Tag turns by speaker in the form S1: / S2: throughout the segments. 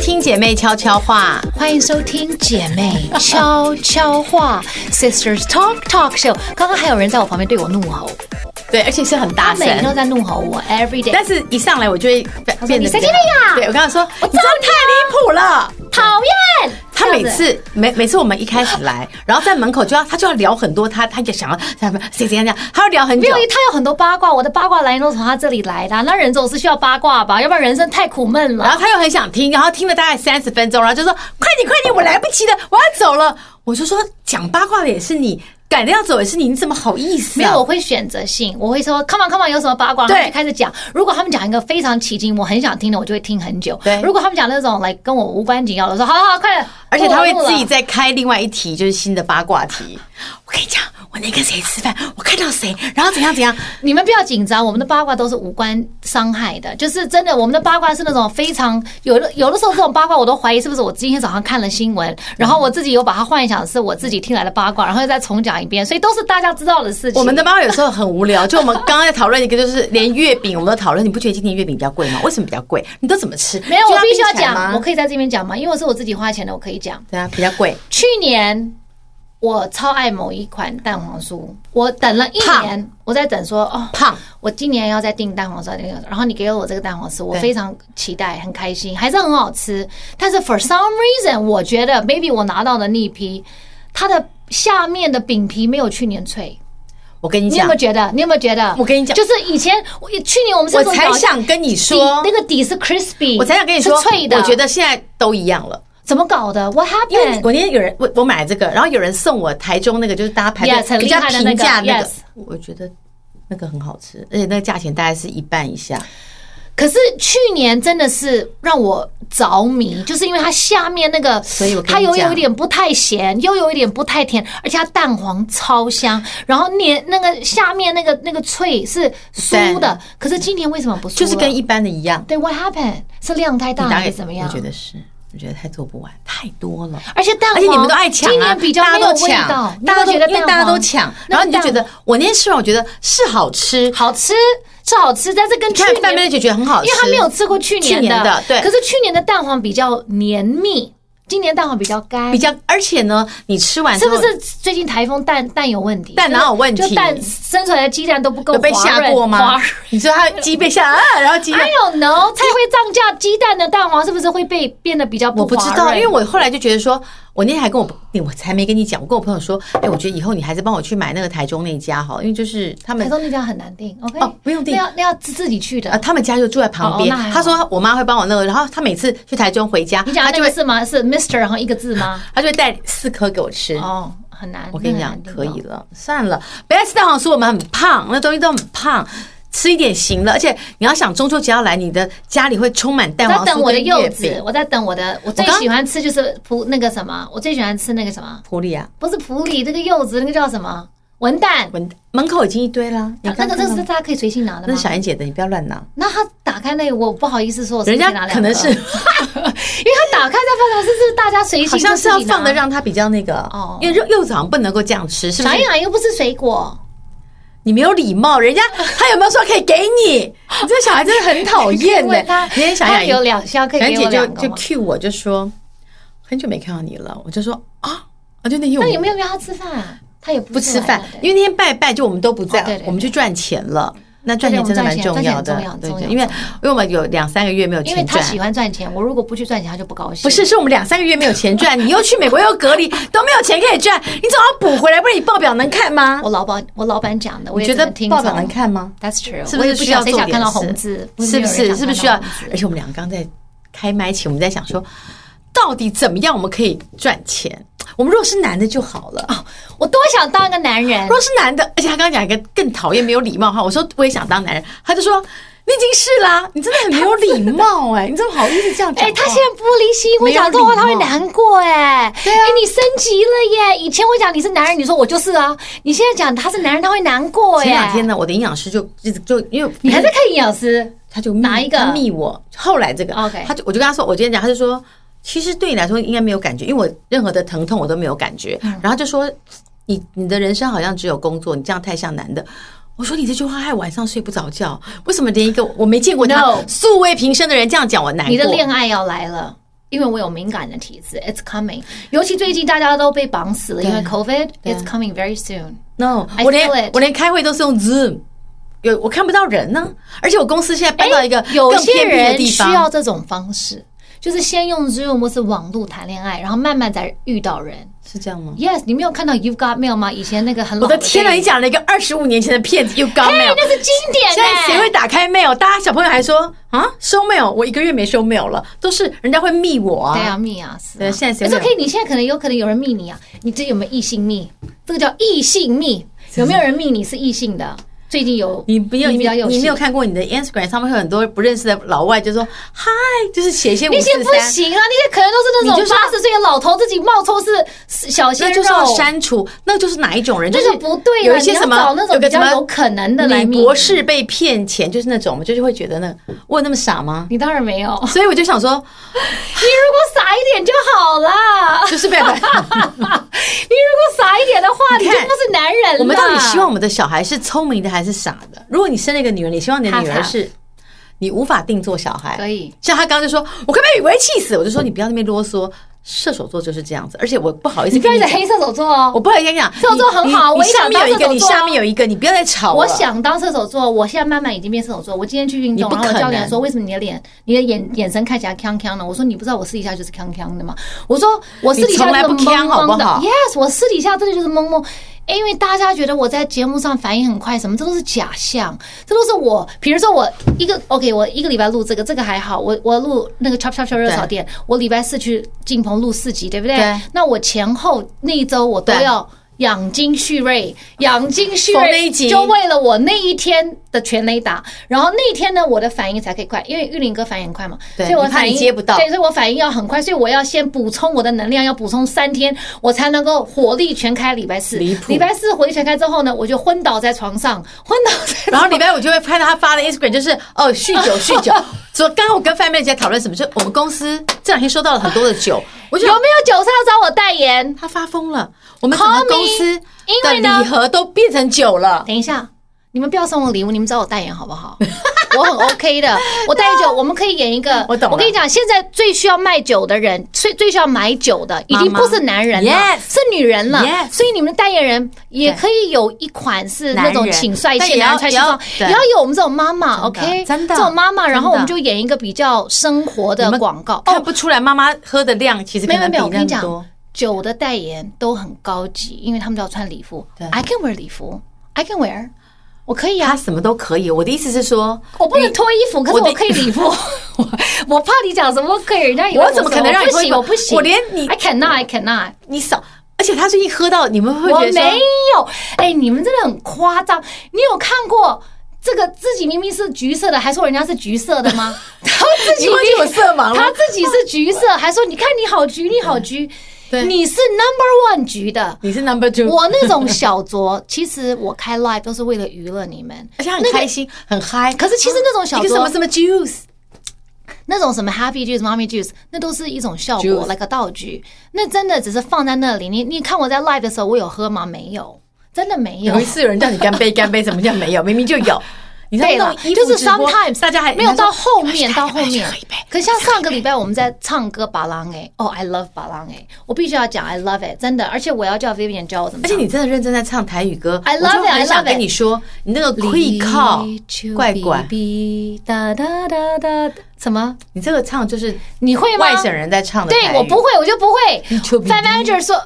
S1: 听姐妹悄悄话，
S2: 欢迎收听姐妹悄悄话 Sisters Talk Talk Show。刚刚还有人在我旁边对我怒吼，
S1: 对，而且是很大
S2: 他
S1: 声
S2: 每。天都在怒吼我，every day。
S1: 但是一上来我就会变
S2: 说
S1: 变得
S2: 你神
S1: 比
S2: 经病
S1: 较
S2: 啊
S1: 对我跟他说，
S2: 我
S1: 你真的太离谱了。
S2: 讨厌！
S1: 他
S2: 这样
S1: 每
S2: 子
S1: 次每每次我们一开始 来，然后在门口就要他就要聊很多，他他也想要什么谁怎样怎样，他要聊很
S2: 没
S1: 久
S2: 有，因。为他有很多八卦，我的八卦来源都是从他这里来的啊、那人总是需要八卦吧，要不然人生太苦闷
S1: 然
S2: 了。
S1: 后他又很想听，然后听了大概三十分钟，然后就说：“快点，快点，我来不及了，我要走了。”我就说：“讲八卦的也是你，赶着要走也是你，你怎么好意思、啊？”
S2: 没有，我会选择性，我会说 “come on come on”，有什么八卦，然后
S1: 对
S2: 就开始讲。如果他们讲一个非常起劲，我很想听的，我就会听很久。
S1: 对
S2: 如果他们讲那种来跟我无关紧要的，我说好好好，快点。
S1: 而且他会
S2: 录了
S1: 自己再开另外一题，就是新的八卦题。 我跟你讲，我那跟谁吃饭，我看到谁，然后怎样怎样。
S2: 你们不要紧张，我们的八卦都是无关伤害的，就是真的，我们的八卦是那种非常有的有的时候这种八卦，我都怀疑是不是我今天早上看了新闻，然后我自己有把它幻想是我自己听来的八卦，然后又再重讲一遍，所以都是大家知道的事情。
S1: 我们的妈妈有时候很无聊，就我们刚刚在讨论一个，就是连月饼我们都讨论，你不觉得今天月饼比较贵吗？为什么比较贵？你都怎么吃？
S2: 没有，
S1: 就
S2: 我
S1: 要
S2: 必须要
S1: 冰起来吗
S2: 讲，我可以在这边讲吗？因为我是我自己花钱的，我可以讲。
S1: 对啊，比较贵。
S2: 去年我超爱某一款蛋黄酥，我等了一年，我在等说哦，
S1: 胖，
S2: 我今年要再订蛋黄酥，然后你给了我这个蛋黄酥，我
S1: 对
S2: 非常期待，很开心，还是很好吃。但是 for some reason，我觉得 maybe 我拿到的那一批，它的下面的饼皮没有去年脆。
S1: 我跟你
S2: 你有
S1: 讲
S2: 没有，觉得？你有没有觉得？
S1: 我跟你讲
S2: 就是以前我去年我们是
S1: 我
S2: 这种
S1: 才
S2: 早上
S1: 想跟你
S2: 底
S1: 说
S2: 那，个底是 crispy，
S1: 我才想跟你说，
S2: 是脆的。
S1: 我觉得现在都一样了。
S2: 怎么搞的？What
S1: 因为
S2: happened？
S1: 我那天有人我我买这个，然后有人送我台中那个，就是大家排
S2: Yes，
S1: 队
S2: 很
S1: 比
S2: 厉
S1: 较
S2: 害的那个
S1: 平价那
S2: Yes
S1: 个，我觉得那个很好吃，而且那个价钱大概是一半以下。
S2: 可是去年真的是让我着迷，就是因为它下面那个，
S1: 所以我跟你
S2: 它又
S1: 讲
S2: 有一点不太咸，又有一点不太甜，而且它蛋黄超香，然后黏那个下面那个那个脆是酥的，可是今年为什么不酥了？
S1: 就是跟一般的一样。
S2: 对 What happened？是量太大
S1: 你大
S2: 还
S1: 概
S2: 是怎么样
S1: 我？觉得是，我觉得太做不完，太多了。
S2: 而且蛋黄，
S1: 而且你们都爱抢、啊，
S2: 今年哦比较
S1: 大家
S2: 没有
S1: 都
S2: 味道
S1: 抢，，大家
S2: 你
S1: 都
S2: 有没有觉得
S1: 因为
S2: 蛋
S1: 大家都
S2: 黄
S1: 抢，
S2: 那
S1: 然后你就
S2: 蛋
S1: 觉得哦我那天吃完，我觉得是好吃，
S2: 好吃是好吃，但是跟去
S1: 看
S2: 年
S1: 饭妹就觉得很好吃，
S2: 因为他没有吃过去年
S1: 去
S2: 的，
S1: 年的对
S2: 可是去年的蛋黄比较黏密，今年蛋黄比较干，
S1: 比较，而且呢，你吃完之
S2: 是不
S1: 后
S2: 是最近台风蛋蛋有问题？
S1: 蛋哪有问题
S2: 就蛋生出来的鸡蛋都不够
S1: 有被
S2: 滑
S1: 吓
S2: 润
S1: 过吗
S2: 滑润？
S1: 你说他鸡被吓啊，然后鸡
S2: I don't know，菜会涨价，鸡蛋的蛋黄是不是会被变得比较
S1: 我
S2: 不
S1: 不知
S2: 滑
S1: 道，
S2: 润
S1: 因为我后来就觉得说，我那天还跟我你我才没跟你讲，我跟我朋友说，哎，我觉得以后你还是帮我去买那个台中那一家好了，因为就是他们
S2: 台东那家很难订，OK？
S1: 哦不用订
S2: 那要那要自自己去的。
S1: 啊，他们家就住在旁边
S2: 哦哦那还。好
S1: 他说我妈会帮我那个，然后他每次去台中回家，
S2: 你讲
S1: 他
S2: 的
S1: 就
S2: 那个
S1: 会
S2: 是吗？是 Mr. 然后一个字 吗？
S1: 他就会带四颗给我吃。
S2: 哦，很难。
S1: 我跟你
S2: 那
S1: 讲
S2: 很，难订哦
S1: 可以
S2: 到。
S1: 了，算了，不要吃蛋黄酥，我们很胖，那东西都很胖。吃一点行了，而且你要想中秋节要来，你的家里会充满蛋
S2: 我在
S1: 黄
S2: 等
S1: 酥
S2: 我的
S1: 跟
S2: 柚
S1: 月
S2: 子，
S1: 饼。
S2: 我在等我的，我最
S1: 我刚
S2: 喜欢吃就是葡那个什么，我最喜欢吃那个什么，
S1: 普里啊，
S2: 不是普里，那个柚子，那个叫什么？文旦。
S1: 门门口已经一堆啦。你
S2: 啊那
S1: 看
S2: 个
S1: 看
S2: 这个
S1: 到
S2: 是
S1: 吗
S2: 大家可以随性拿的
S1: 那
S2: 吗
S1: 是？小燕姐的，你不要乱拿。
S2: 那他打开那个，我不好意思说，我随
S1: 人
S2: 便
S1: 家
S2: 拿两个
S1: 可能 是
S2: 因为他打开在办公室是大家随
S1: 好
S2: 性就
S1: 像
S2: 自
S1: 是
S2: 己拿，
S1: 要放的让它比较那个
S2: 哦，
S1: 因为柚柚子好像不能够这样吃，是不
S2: 想
S1: 是
S2: 一？想又不是水果，
S1: 你没有礼貌，人家他有没有说可以给 你？你这小孩真的很讨厌呢
S2: 问他。
S1: 你天小
S2: 他
S1: 雅
S2: 有两箱可以
S1: 小
S2: 给我
S1: 雅姐就
S2: 两个
S1: 就
S2: 吗？
S1: cue 我，就说很久没看到你了，我就说啊，啊就那天我
S2: 那
S1: 们
S2: 有没有约他吃饭啊？他也不
S1: 不吃饭，因
S2: 为
S1: 为那天拜拜就我们都不在，
S2: 哦对对对
S1: 我们去赚钱了。那赚钱
S2: 对对
S1: 真的
S2: 我们
S1: 蛮
S2: 赚钱
S1: 重要的
S2: 赚钱很，重
S1: 对
S2: 要
S1: 对，
S2: 很重要
S1: 因为因为我们有两三个月没有
S2: 因为
S1: 钱
S2: 他
S1: 赚。
S2: 喜欢赚钱，我如果不去赚钱，他就不高兴。
S1: 不是，是我们两三个月没有钱 赚，你又去美国又隔离，都没有钱可以赚，你总要补回来，不然你报表能看吗？
S2: 我老板，我老板讲的，我
S1: 你觉
S2: 也只
S1: 得
S2: 能听
S1: 报表
S2: 从
S1: 能看吗？
S2: ？That's true，
S1: 是
S2: 我
S1: 不
S2: 也
S1: 是
S2: 不
S1: 需
S2: 晓
S1: 要
S2: 得谁
S1: 做
S2: 想
S1: 点
S2: 看到
S1: 事
S2: 红字？
S1: 是不是？是不是需要
S2: 我也没有人想看到红字？
S1: 而且我们俩刚在开麦前，我们在想说，到底怎么样我们可以赚钱？我们如果是男的就好了，
S2: 我多想当一个男人
S1: 如。果是男的，而且他刚刚讲一个更讨厌没有礼貌的话，我说我也想当男人，他就说你已经是啦，你真的很没有礼貌哎、你怎么好意思这样讲
S2: 哎、
S1: 话？
S2: 他现在玻璃心，我讲这种话他会难过哎、
S1: 对啊
S2: 哎你升级了耶！以前我讲你是男人，你说我就是啊，你现在讲他是男人，他会难过哎、
S1: 前两天呢，我的营养师就就就因为
S2: 你还在看营养师？
S1: 他就密
S2: 哪一个
S1: 他密我？后来这个
S2: OK
S1: 他就我就跟他说，我今天讲，他就说，其实对你来说应该没有感觉，因为我任何的疼痛我都没有感觉。
S2: 嗯
S1: 然后就说，你你的人生好像只有工作，你这样太像男的。我说你这句话哎害晚上睡不着觉，为什么连一个我没见过他
S2: No
S1: 素未平生的人这样讲我难过？
S2: 你的恋爱要来了，因为我有敏感的体质，it's coming。尤其最近大家都被绑死了，因为 COVID，it's coming very soon。
S1: No，
S2: I
S1: 我连
S2: feel it
S1: 我连开会都是用 Zoom，有我看不到人呢、而且我公司现在搬到一个
S2: 哎有
S1: 更
S2: 些
S1: 偏僻的
S2: 人
S1: 地
S2: 需
S1: 方。
S2: 要这种方式，就是先用 Zoom 或是网络谈恋爱，然后慢慢再遇到人。
S1: 是这样吗？
S2: Yes，你没有看到 You've Got Mail 吗？以前那个很老
S1: 我的天啊哪！
S2: 电
S1: 你
S2: 影
S1: 讲了一个二十五年前的骗子，又刚 mail，
S2: 哎那是经典、欸。
S1: 现在谁会打开 mail？大家小朋友还说啊，收 mail，我一个月没收 mail 了，都是人家会密我
S2: 对
S1: 啊。
S2: 啊，密啊，是啊。
S1: 对现在谁会
S2: It's OK，你现在可能有可能有人密你啊，你这有没有异性密？这个叫异性密，有没有人密你是异性的？最近有
S1: 你没有，
S2: 你比较有
S1: 你没有
S2: 戏？
S1: 看过你的 Instagram 上面会有很多不认识的老外，就说嗨，就是写一些五
S2: 那些
S1: 四
S2: 不
S1: 三，
S2: 行啊，那些可能都是那
S1: 你
S2: 种
S1: 就是要
S2: 八十岁的老头自己冒充是小鲜
S1: 那
S2: 肉，
S1: 就是要删除，那就是哪一种人？就
S2: 这
S1: 是
S2: 个不对啊
S1: 有一些什
S2: 你要
S1: 么
S2: 找那种
S1: 有个
S2: 比较
S1: 什么
S2: 有可能的来
S1: 女
S2: 密
S1: 博士被骗钱，就是那种，就是会觉得那个我有那么傻吗？
S2: 你当然没有，你如
S1: 所以我就想说，
S2: 果傻一点就好啦。
S1: 就是 被
S2: 你如果傻一点的话，你就不是男人了。
S1: 我们到底希望我们的小孩是聪明的还是傻的？如果你生了一个女儿，你希望你的女儿是你无法定做小孩，
S2: 可以
S1: 像他刚刚就说，我快被雨薇气死，我就说你不要那边啰嗦，射手座就是这样子，而且我不好意思
S2: 你不要
S1: 跟
S2: 一
S1: 你
S2: 直
S1: 讲，
S2: 黑射手座哦
S1: 我。不好意思跟你讲，
S2: 射手座很好
S1: 你
S2: 我
S1: 你
S2: 也
S1: 你上
S2: 想
S1: 面有一个，
S2: 当射
S1: 你
S2: 手座
S1: 下面有一个，你不要再吵了。
S2: 我想当射手座，我现在慢慢已经变射手座。我今天去运动，
S1: 你
S2: 然
S1: 不
S2: 后我
S1: 可
S2: 教练
S1: 能
S2: 说：“为什么你的脸、你的眼眼神看起来康康的？”我说：“你不知道我私底下就是康康的吗？”我说：“我私底下
S1: 你从来
S2: 就是
S1: 不
S2: 懵
S1: 康好
S2: 懵
S1: 不
S2: 的。
S1: 好
S2: ”Yes，我私底下真的就是懵懵。因为大家觉得我在节目上反应很快，什么这都是假象，这都是我。比如说我一个 OK，我一个礼拜录这个，这个还好，我我录那个 chop chop chop 热炒店，我礼拜四去进棚录四集，对不对？
S1: 对
S2: 那我前后那一周我都
S1: 对
S2: 要养精蓄锐，养精蓄
S1: 缝
S2: 锐，
S1: 那一集
S2: 就为了我那一天的全雷达，然后那一天呢，我的反应才可以快，因为玉林哥反应很快嘛，
S1: 对
S2: 所以我
S1: 你怕
S2: 反应
S1: 你接不到
S2: 对，所以我反应要很快，所以我要先补充我的能量，要补充三天，我才能够火力全开。礼拜四，
S1: 离谱
S2: 礼拜四火力全开之后呢，我就昏倒在床上，昏倒在
S1: 然后礼拜五就会看到他发的 Instagram，就是哦酗酒酗酒。说刚刚我跟范妹姐讨论什么，就我们公司这两天收到了很多的酒，我就
S2: 有没有酒商要找我代言？
S1: 他发疯了，我们整个公司
S2: Call me，
S1: 的
S2: 因为呢
S1: 礼盒都变成酒了。
S2: 等一下，你们不要送我礼物，你们找我代言好不好？ 我很 OK 的，我代言酒，我们可以演一个。
S1: 啊嗯我懂了
S2: 我跟你讲，现在最需要卖酒的人，最最需要买酒的，已经
S1: 妈妈
S2: 不是男人了
S1: Yes
S2: 是女人了。
S1: Yes
S2: 所以你们的代言人也可以有一款是那
S1: 男
S2: 种
S1: 人
S2: 请帅
S1: 但
S2: 气
S1: 也要
S2: 男帅气装，
S1: 也要
S2: 也要有我们这种妈妈，OK？
S1: 真的
S2: 这种妈妈，然后
S1: 真的
S2: 我们就演一个比较生活的
S1: 你们
S2: 广告。
S1: 哦
S2: 哦
S1: 看不出来妈妈喝的量其实
S2: 没
S1: 可
S2: 有
S1: 能比
S2: 没有，我跟
S1: 那
S2: 你
S1: 么
S2: 讲
S1: 多。，
S2: 酒的代言都很高级，因为他们都要穿礼服。
S1: 对
S2: I can wear 礼服，I can wear，我可以啊
S1: 他。什么都可以。我的意思是说，
S2: 我不能脱衣服，可是
S1: 我的
S2: 我可以礼服。 我我怕你讲什么可以，人家以为
S1: 我怎么可能让你脱衣服
S2: 我不行？我不行，
S1: 我连你
S2: I cannot，I cannot，
S1: 你少，而且他最近喝到，你们会
S2: 我
S1: 不会觉得
S2: 没
S1: 说
S2: 有。哎，你们真的很夸张。你有看过这个自己明明是橘色的，还说人家是橘色的 吗？他自己
S1: 你忘记我色盲了
S2: 他自己是橘色，还说你看你好橘，你好橘，
S1: 对
S2: 你是 number one 橘的。
S1: 你是 number two，
S2: 我那种小酌，其实我开 live 都是为了娱乐你们，
S1: 而且他很开心，很嗨。
S2: 可是其实那种小
S1: 一个什么
S2: 酌，
S1: 什么 juice，
S2: 那种什么 happy juice、mommy juice，那都是一种效果
S1: Juice
S2: ，like 个道具。那真的只是放在那里。你你看我在 live 的时候，我有喝吗？没有，真的没有
S1: 有一。次有人叫你干杯，干杯，怎么叫没有？明明就 有。你知道
S2: 对
S1: 那
S2: 了
S1: 种，衣服
S2: 就是
S1: 直播
S2: sometimes
S1: 大家还
S2: 没有到后面，
S1: 人家
S2: 到
S1: 说哎
S2: 后面
S1: 喝一杯。
S2: 可像上个礼拜我们在唱歌《巴郎》哎，哦，I love 巴郎哎，我必须要讲 I love it，真的。而且我要叫 Vivian 教我怎么
S1: 而
S2: 唱
S1: 且。你真的认真在唱台语歌
S2: I love
S1: 我就
S2: it, I
S1: 很想
S2: love it
S1: 跟你说，你那个会靠怪怪，
S2: 哔哔哒哒哒哒，什么？
S1: 你这个唱就是
S2: 你会吗？
S1: 外省人在唱的台语。
S2: 对我不会，我就不会
S1: 你就。比
S2: Fan manager 说。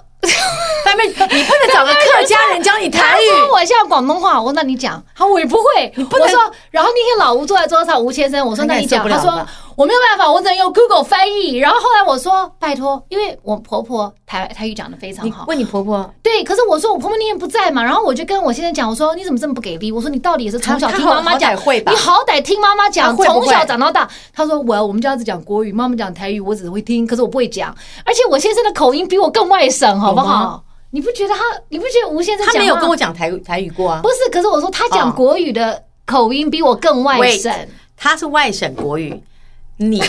S1: 翻面，你不能找个客家人教你台
S2: 他说
S1: 语。
S2: 我像广东话，我说那你讲，他说哎啊我也不会，
S1: 不能
S2: 我说，然后那天老吴坐在桌上，吴先生，我说
S1: 他应
S2: 那
S1: 该
S2: 你讲，
S1: 也受
S2: 他
S1: 不了
S2: 说
S1: 吧
S2: 我没有办法，我只能用 Google 翻译。然后后来我说拜托，因为我婆婆台台语讲的非常
S1: 你
S2: 哦好。
S1: 问你婆婆，
S2: 对，可是我说我婆婆那天不在嘛，然后我就跟我先生讲，我说你怎么这么不给力？我说你到底也是从小
S1: 她
S2: 听妈妈讲，
S1: 好歹会吧
S2: 你好歹听妈妈讲，
S1: 她会不
S2: 从
S1: 会
S2: 小长到大。他说我我们家只讲国语，妈妈讲台语，我只会听，可是我不会讲。而且我先生的口音比我更外省，好不
S1: 有
S2: 好
S1: 吗？
S2: 你不觉得他？你不觉得吴先生
S1: 她哦
S2: 讲
S1: 没有
S2: 话
S1: 跟我讲台语台语过啊
S2: 不，是，可是我说他讲
S1: 哦
S2: 国语的口音比我更外
S1: Wait
S2: 省。
S1: 她是外省国语， 你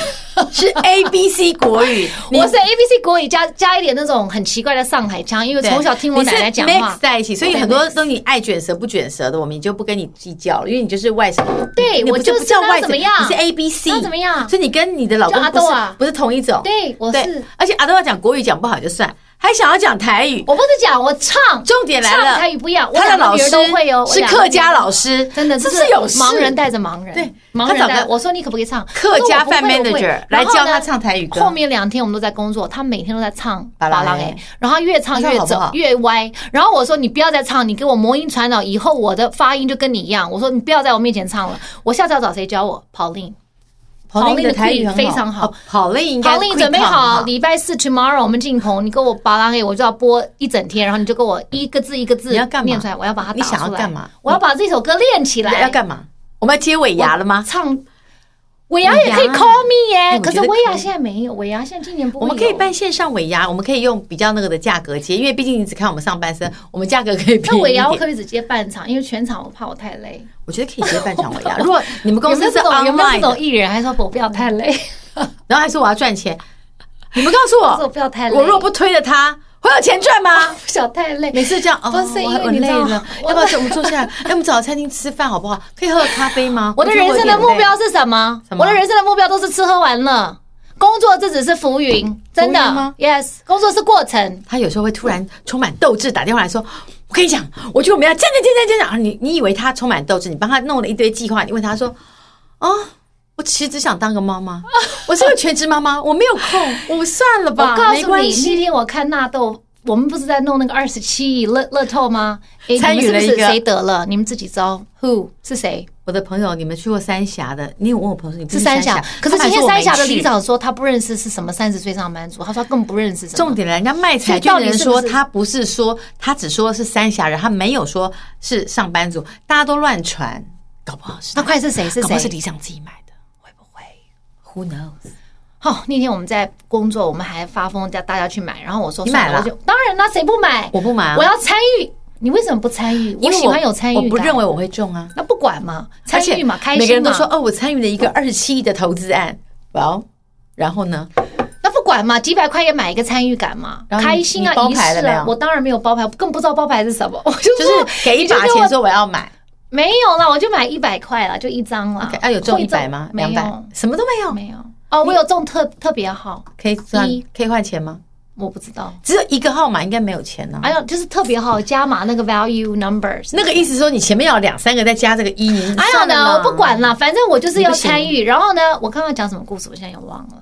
S1: 是 A B C 国语，你
S2: 我是 A B C 国语加加一点那种很奇怪的上海腔，因为
S1: 对
S2: 从小听我奶奶讲
S1: 你是
S2: 话
S1: mix。在一起，所以
S2: 对
S1: 很多东西爱卷舌不卷舌的，我们也就不跟你计较了，因为你就是外省。
S2: 对
S1: 你
S2: 我
S1: 不就
S2: 就是
S1: 不叫
S2: 那
S1: 外省，
S2: 怎么样
S1: 你是 A B C，
S2: 那怎么样
S1: 所以你跟你的老公
S2: 就阿
S1: 不是
S2: 豆啊
S1: 不是同一种。
S2: 对，我是
S1: 对，而且阿豆要讲国语讲不好就算，还想要讲台语。
S2: 我不是讲我唱，
S1: 重点来了，
S2: 唱台语不一样，我
S1: 他的
S2: 两个
S1: 老
S2: 女
S1: 师
S2: 儿都会哦，我
S1: 是
S2: 两个
S1: 客
S2: 女儿
S1: 家老师，
S2: 真的，
S1: 这
S2: 就是
S1: 有事
S2: 盲人带着盲人，
S1: 对
S2: 盲
S1: 他
S2: 人
S1: 找
S2: 带。
S1: 个
S2: 我说你可不可以唱
S1: 客家
S2: 饭
S1: fan manager 来教他唱台语歌
S2: 后面两天我们都在工作，他每天都在唱
S1: 巴拉
S2: 巴郎
S1: 哎
S2: 哎，然后他越唱
S1: 他唱
S2: 越
S1: 好不
S2: 走
S1: 好
S2: 越歪。然后我说你不要再唱，你给我魔音传脑，以后我的发音就跟你一样。我说你不要在我面前唱了，我下次要找谁教我？Pauline。
S1: 跑令
S2: Pauline 的
S1: 的台
S2: 地
S1: 语
S2: 理
S1: 很
S2: 非常好
S1: 哦跑令应该
S2: Pauline 准备
S1: quick
S2: 好，
S1: count
S2: 礼拜四 tomorrow 我们进棚，你给我巴拉哎，我就要播一整天，然后你就给我一个字一个字
S1: 你要干嘛
S2: 念出来，我要把它
S1: 你
S2: 打出来。
S1: 想要干嘛
S2: 我要把这首歌练起来。
S1: 要干嘛？我们要接尾牙了吗？
S2: 唱尾牙也可以
S1: 尾牙
S2: call me 耶、
S1: 哎我
S2: 可是
S1: 觉得
S2: 尾
S1: 可
S2: 牙
S1: 以
S2: 现在没有，尾牙现在今年不
S1: 我
S2: 会有
S1: 们可以办线上尾牙，我们可以用比较那个的价格接，因为毕竟你只看我们上半身，我们价格可以便
S2: 那
S1: 宜
S2: 尾牙我
S1: 一
S2: 可不
S1: 点。
S2: 可以只接半场，因为全场我怕我太累。
S1: 我觉得可以接半场尾 牙。如果你们公司
S2: 有没有
S1: 是
S2: 这种有没有这
S1: online，
S2: 种
S1: 的
S2: 艺人还说我不要太累，
S1: 然后还说我要赚钱，你们告诉
S2: 我说我
S1: 我，
S2: 不要太累，
S1: 哦我如果不推了他，会有钱赚 吗？
S2: 不想太累，
S1: 每次这样，哦，
S2: 不是因
S1: 我
S2: 为
S1: 我
S2: 你
S1: 累
S2: 知道
S1: 了，要不要我们坐下来？要不找餐厅吃饭好不好？可以喝个咖啡吗？
S2: 我的
S1: 觉得
S2: 人生的
S1: 有点
S2: 目
S1: 累
S2: 标是什么？
S1: 什么
S2: 我的人生的目标都是吃喝玩乐，工作这只是浮云，真的
S1: 浮云吗
S2: Yes，工作是过程。
S1: 他有时候会突然充满斗志打电话来说：“我跟你讲，我觉得我们要这样这样这样这样这样。”啊你你以为他充满斗志，你帮他弄了一堆计划，你问他说：“哦，我其实只想当个妈妈，我是个全职妈 妈，我没有空，我算了吧
S2: 我，告
S1: 没
S2: 诉
S1: 关
S2: 你，
S1: 系。
S2: 那天我看纳豆，我们不是在弄那个二十七亿乐乐透吗？诶
S1: 参与了
S2: 你们是不
S1: 一
S2: 是
S1: 个嗯
S2: 谁得了？你们自己招，Who 是谁？”
S1: 我的朋友，你们去过三峡的？你有问我朋友说你不
S2: 是
S1: 去
S2: 三
S1: 峡
S2: 峡，，可是
S1: 他
S2: 今
S1: 还
S2: 天
S1: 说我
S2: 三峡
S1: 没
S2: 的
S1: 去
S2: 里长说他不认识是什么三十岁上班族，他说他更不认识什么
S1: 重。点来，人家卖彩券的人说他不是说他只说是三峡人，他没有说是上班族，大家都乱传，搞不好是
S2: 那快是谁是
S1: 搞不好是
S2: 谁？
S1: 李想自己买的，会不会？Who knows？
S2: 哦，那天我们在工作，我们还发疯叫大家去买，然后我说
S1: 你买
S2: 算了，
S1: 了
S2: 我就当然啦，谁不买？
S1: 我不买啊
S2: 我要参与。你为什么不参与？
S1: 因
S2: 我
S1: 为
S2: 喜欢有参与
S1: 我
S2: 感，
S1: 不认为我会中啊。
S2: 那不管嘛，参
S1: 而且
S2: 与嘛，开心嘛。
S1: 每个人都说哦，我参与了一个二十七亿的投资案，哇、哦，然后呢？
S2: 那不管嘛，几百块也买一个参与感嘛，
S1: 然后你
S2: 开心啊
S1: 你，包
S2: 仪
S1: 牌了
S2: 式
S1: 没
S2: 啊
S1: 有。
S2: 我当然没有包牌，更不知道包牌是什么。我就
S1: 就
S2: 说
S1: 是给一
S2: 你
S1: 把
S2: 就给
S1: 钱
S2: 我
S1: 说我要 买，
S2: 没有啦，我就买一百块啦，就一张啦。
S1: 啊有中
S2: 会
S1: 一百吗？
S2: 没
S1: 两百
S2: 有，
S1: 什么都没有，
S2: 没有。哦，我有中特特别好，
S1: 可以算
S2: 一
S1: 可以换钱吗？
S2: 我不知道。
S1: 只有一个号码，应该没有钱呢、
S2: 哎呀，就是特别好加码那个 value numbers。
S1: 那个意思说你前面要有两三个，再加这个一，你
S2: 哎呀
S1: 算了
S2: 呢，
S1: 啦
S2: 我不。管啦，反正我就是要
S1: 你不行
S2: 参与。然后呢，我刚刚讲什么故事，我现在也忘了。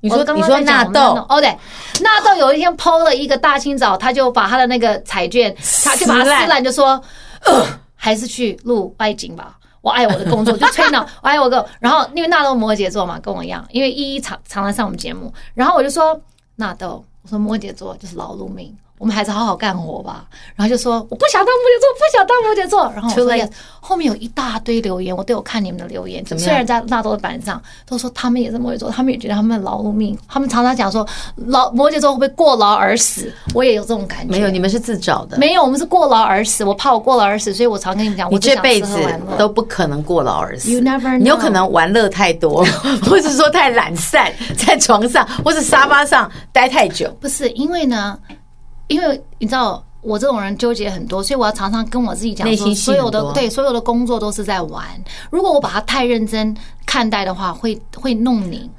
S1: 你说
S2: 我刚
S1: 你
S2: 刚
S1: 说
S2: 在讲
S1: 纳
S2: 我们纳
S1: 豆，
S2: 哦对，纳豆有一天剖了一个大清早，他就把他的那个彩券，他就把它
S1: 撕烂
S2: 撕烂，就说，呃，还是去录外景吧。我爱我的工作，就吹 呢，我爱我的工。然后因为纳豆摩羯座嘛，跟我一样，因为依依常常来上我们节目，然后我就说纳豆，我说摩羯座就是劳碌命，我们还是好好干活吧。然后就说我不想当摩羯座，不想当摩羯座。然后我
S1: Too
S2: 说
S1: late
S2: yes，后面有一大堆留言，我都有看你们的留言，
S1: 么样
S2: 虽然在纳豆的板上都说他们也是摩羯座，他们也觉得他们的劳碌命，他们常常讲说劳摩羯座会不会过劳而死？我也有这种感觉。
S1: 没有，你们是自找的。
S2: 没有，我们是过劳而死。我怕我过劳而死，所以我常跟你们讲，我
S1: 你
S2: 只
S1: 这
S2: 想
S1: 辈
S2: 吃
S1: 子
S2: 喝玩乐。
S1: 都不可能过劳而死
S2: You never
S1: 你有
S2: know
S1: 可能玩乐太 多，或是说太懒散， 在床上或是沙发上待太久。
S2: 不是因为呢，因为你知道我这种人纠结很多，所以我要常常跟我自己讲
S1: 内
S2: 说，
S1: 心戏
S2: 所
S1: 很
S2: 有的
S1: 多
S2: 对所有的工作都是在玩。如果我把它太认真看待的话，会会弄你。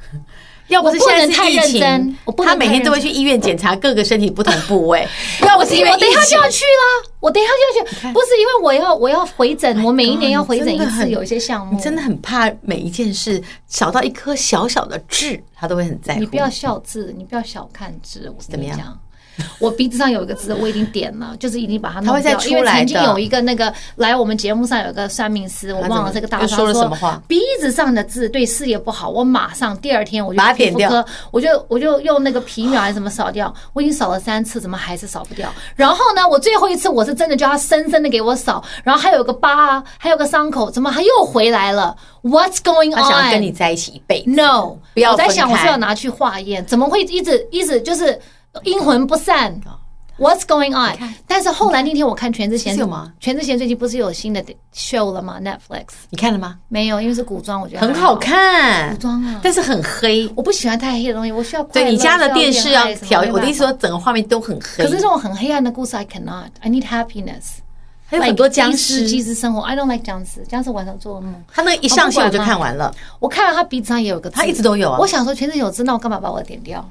S1: 要不是
S2: 我不
S1: 现
S2: 能
S1: 在是疫
S2: 太认真
S1: 情
S2: 我不，能
S1: 他每天都
S2: 太
S1: 会
S2: 认
S1: 去医院检查各个身体不同部位。要不
S2: 我
S1: 是因为
S2: 我等一下
S1: 疫
S2: 就
S1: 情，
S2: 要去啦，我等一下就要去，不是因为我要我要回诊，我每一年要回诊
S1: 你真
S2: 一
S1: 的
S2: 次，
S1: 很
S2: 有一些项目
S1: 你真的很怕每一件事，少到一颗小小的痣，他都会很在乎。
S2: 你不要笑字，你不要小看字，我
S1: 怎
S2: 跟
S1: 么
S2: 你
S1: 样
S2: 讲。我鼻子上有一个痣，我已经点了， 就是已经把它弄掉。
S1: 它会再出
S2: 因为曾
S1: 来
S2: 经
S1: 的
S2: 有一个那个来我们节目上有个算命师，我
S1: 他
S2: 忘
S1: 怎
S2: 了
S1: 么
S2: 这个大
S1: 嗯又
S2: 师
S1: 说
S2: 他
S1: 了什么话
S2: 鼻子上的痣对视野不好，我马上第二天我就
S1: 把它
S2: 去皮
S1: 点
S2: 肤
S1: 掉
S2: 科，我就我就用那个皮秒还是什么扫掉，我已经扫了三次，怎么还是扫不掉？然后呢，我最后一次我是真的叫他深深的给我扫，然后还有个疤啊，还有个伤口，怎么还又回来了？What's going on？
S1: 他想要跟你在一起一辈子。
S2: No，
S1: 不要
S2: 我在
S1: 分
S2: 想我是
S1: 开哦
S2: 要拿去化验，怎么会一直一直就是阴魂不散？ What's going on？但是后来那天我看全智贤
S1: 是有吗？
S2: 全智贤最近不是有新的 show 了吗？Netflix
S1: 你看了吗？
S2: 没有，因为是古装，我觉得
S1: 很好。看，
S2: 古装啊
S1: 但是很黑。
S2: 我不喜欢太黑的东西，我需要
S1: 对
S2: 快乐
S1: 你家的
S2: 需
S1: 电视要
S2: 恋爱什么
S1: 调，
S2: 没
S1: 我的
S2: 办
S1: 意思说整个画面都很黑
S2: 法可。是这种很黑暗的故事，I cannot。I need happiness。
S1: 还有很多僵
S2: 即时即
S1: 尸，
S2: 时生活，I don't like 僵尸，僵尸晚上做噩梦。
S1: 他那一上线我就看完了，
S2: 我看到他鼻子上也有个字，
S1: 他一直都有啊
S2: 我想说全身有痣，那我干嘛把我点掉？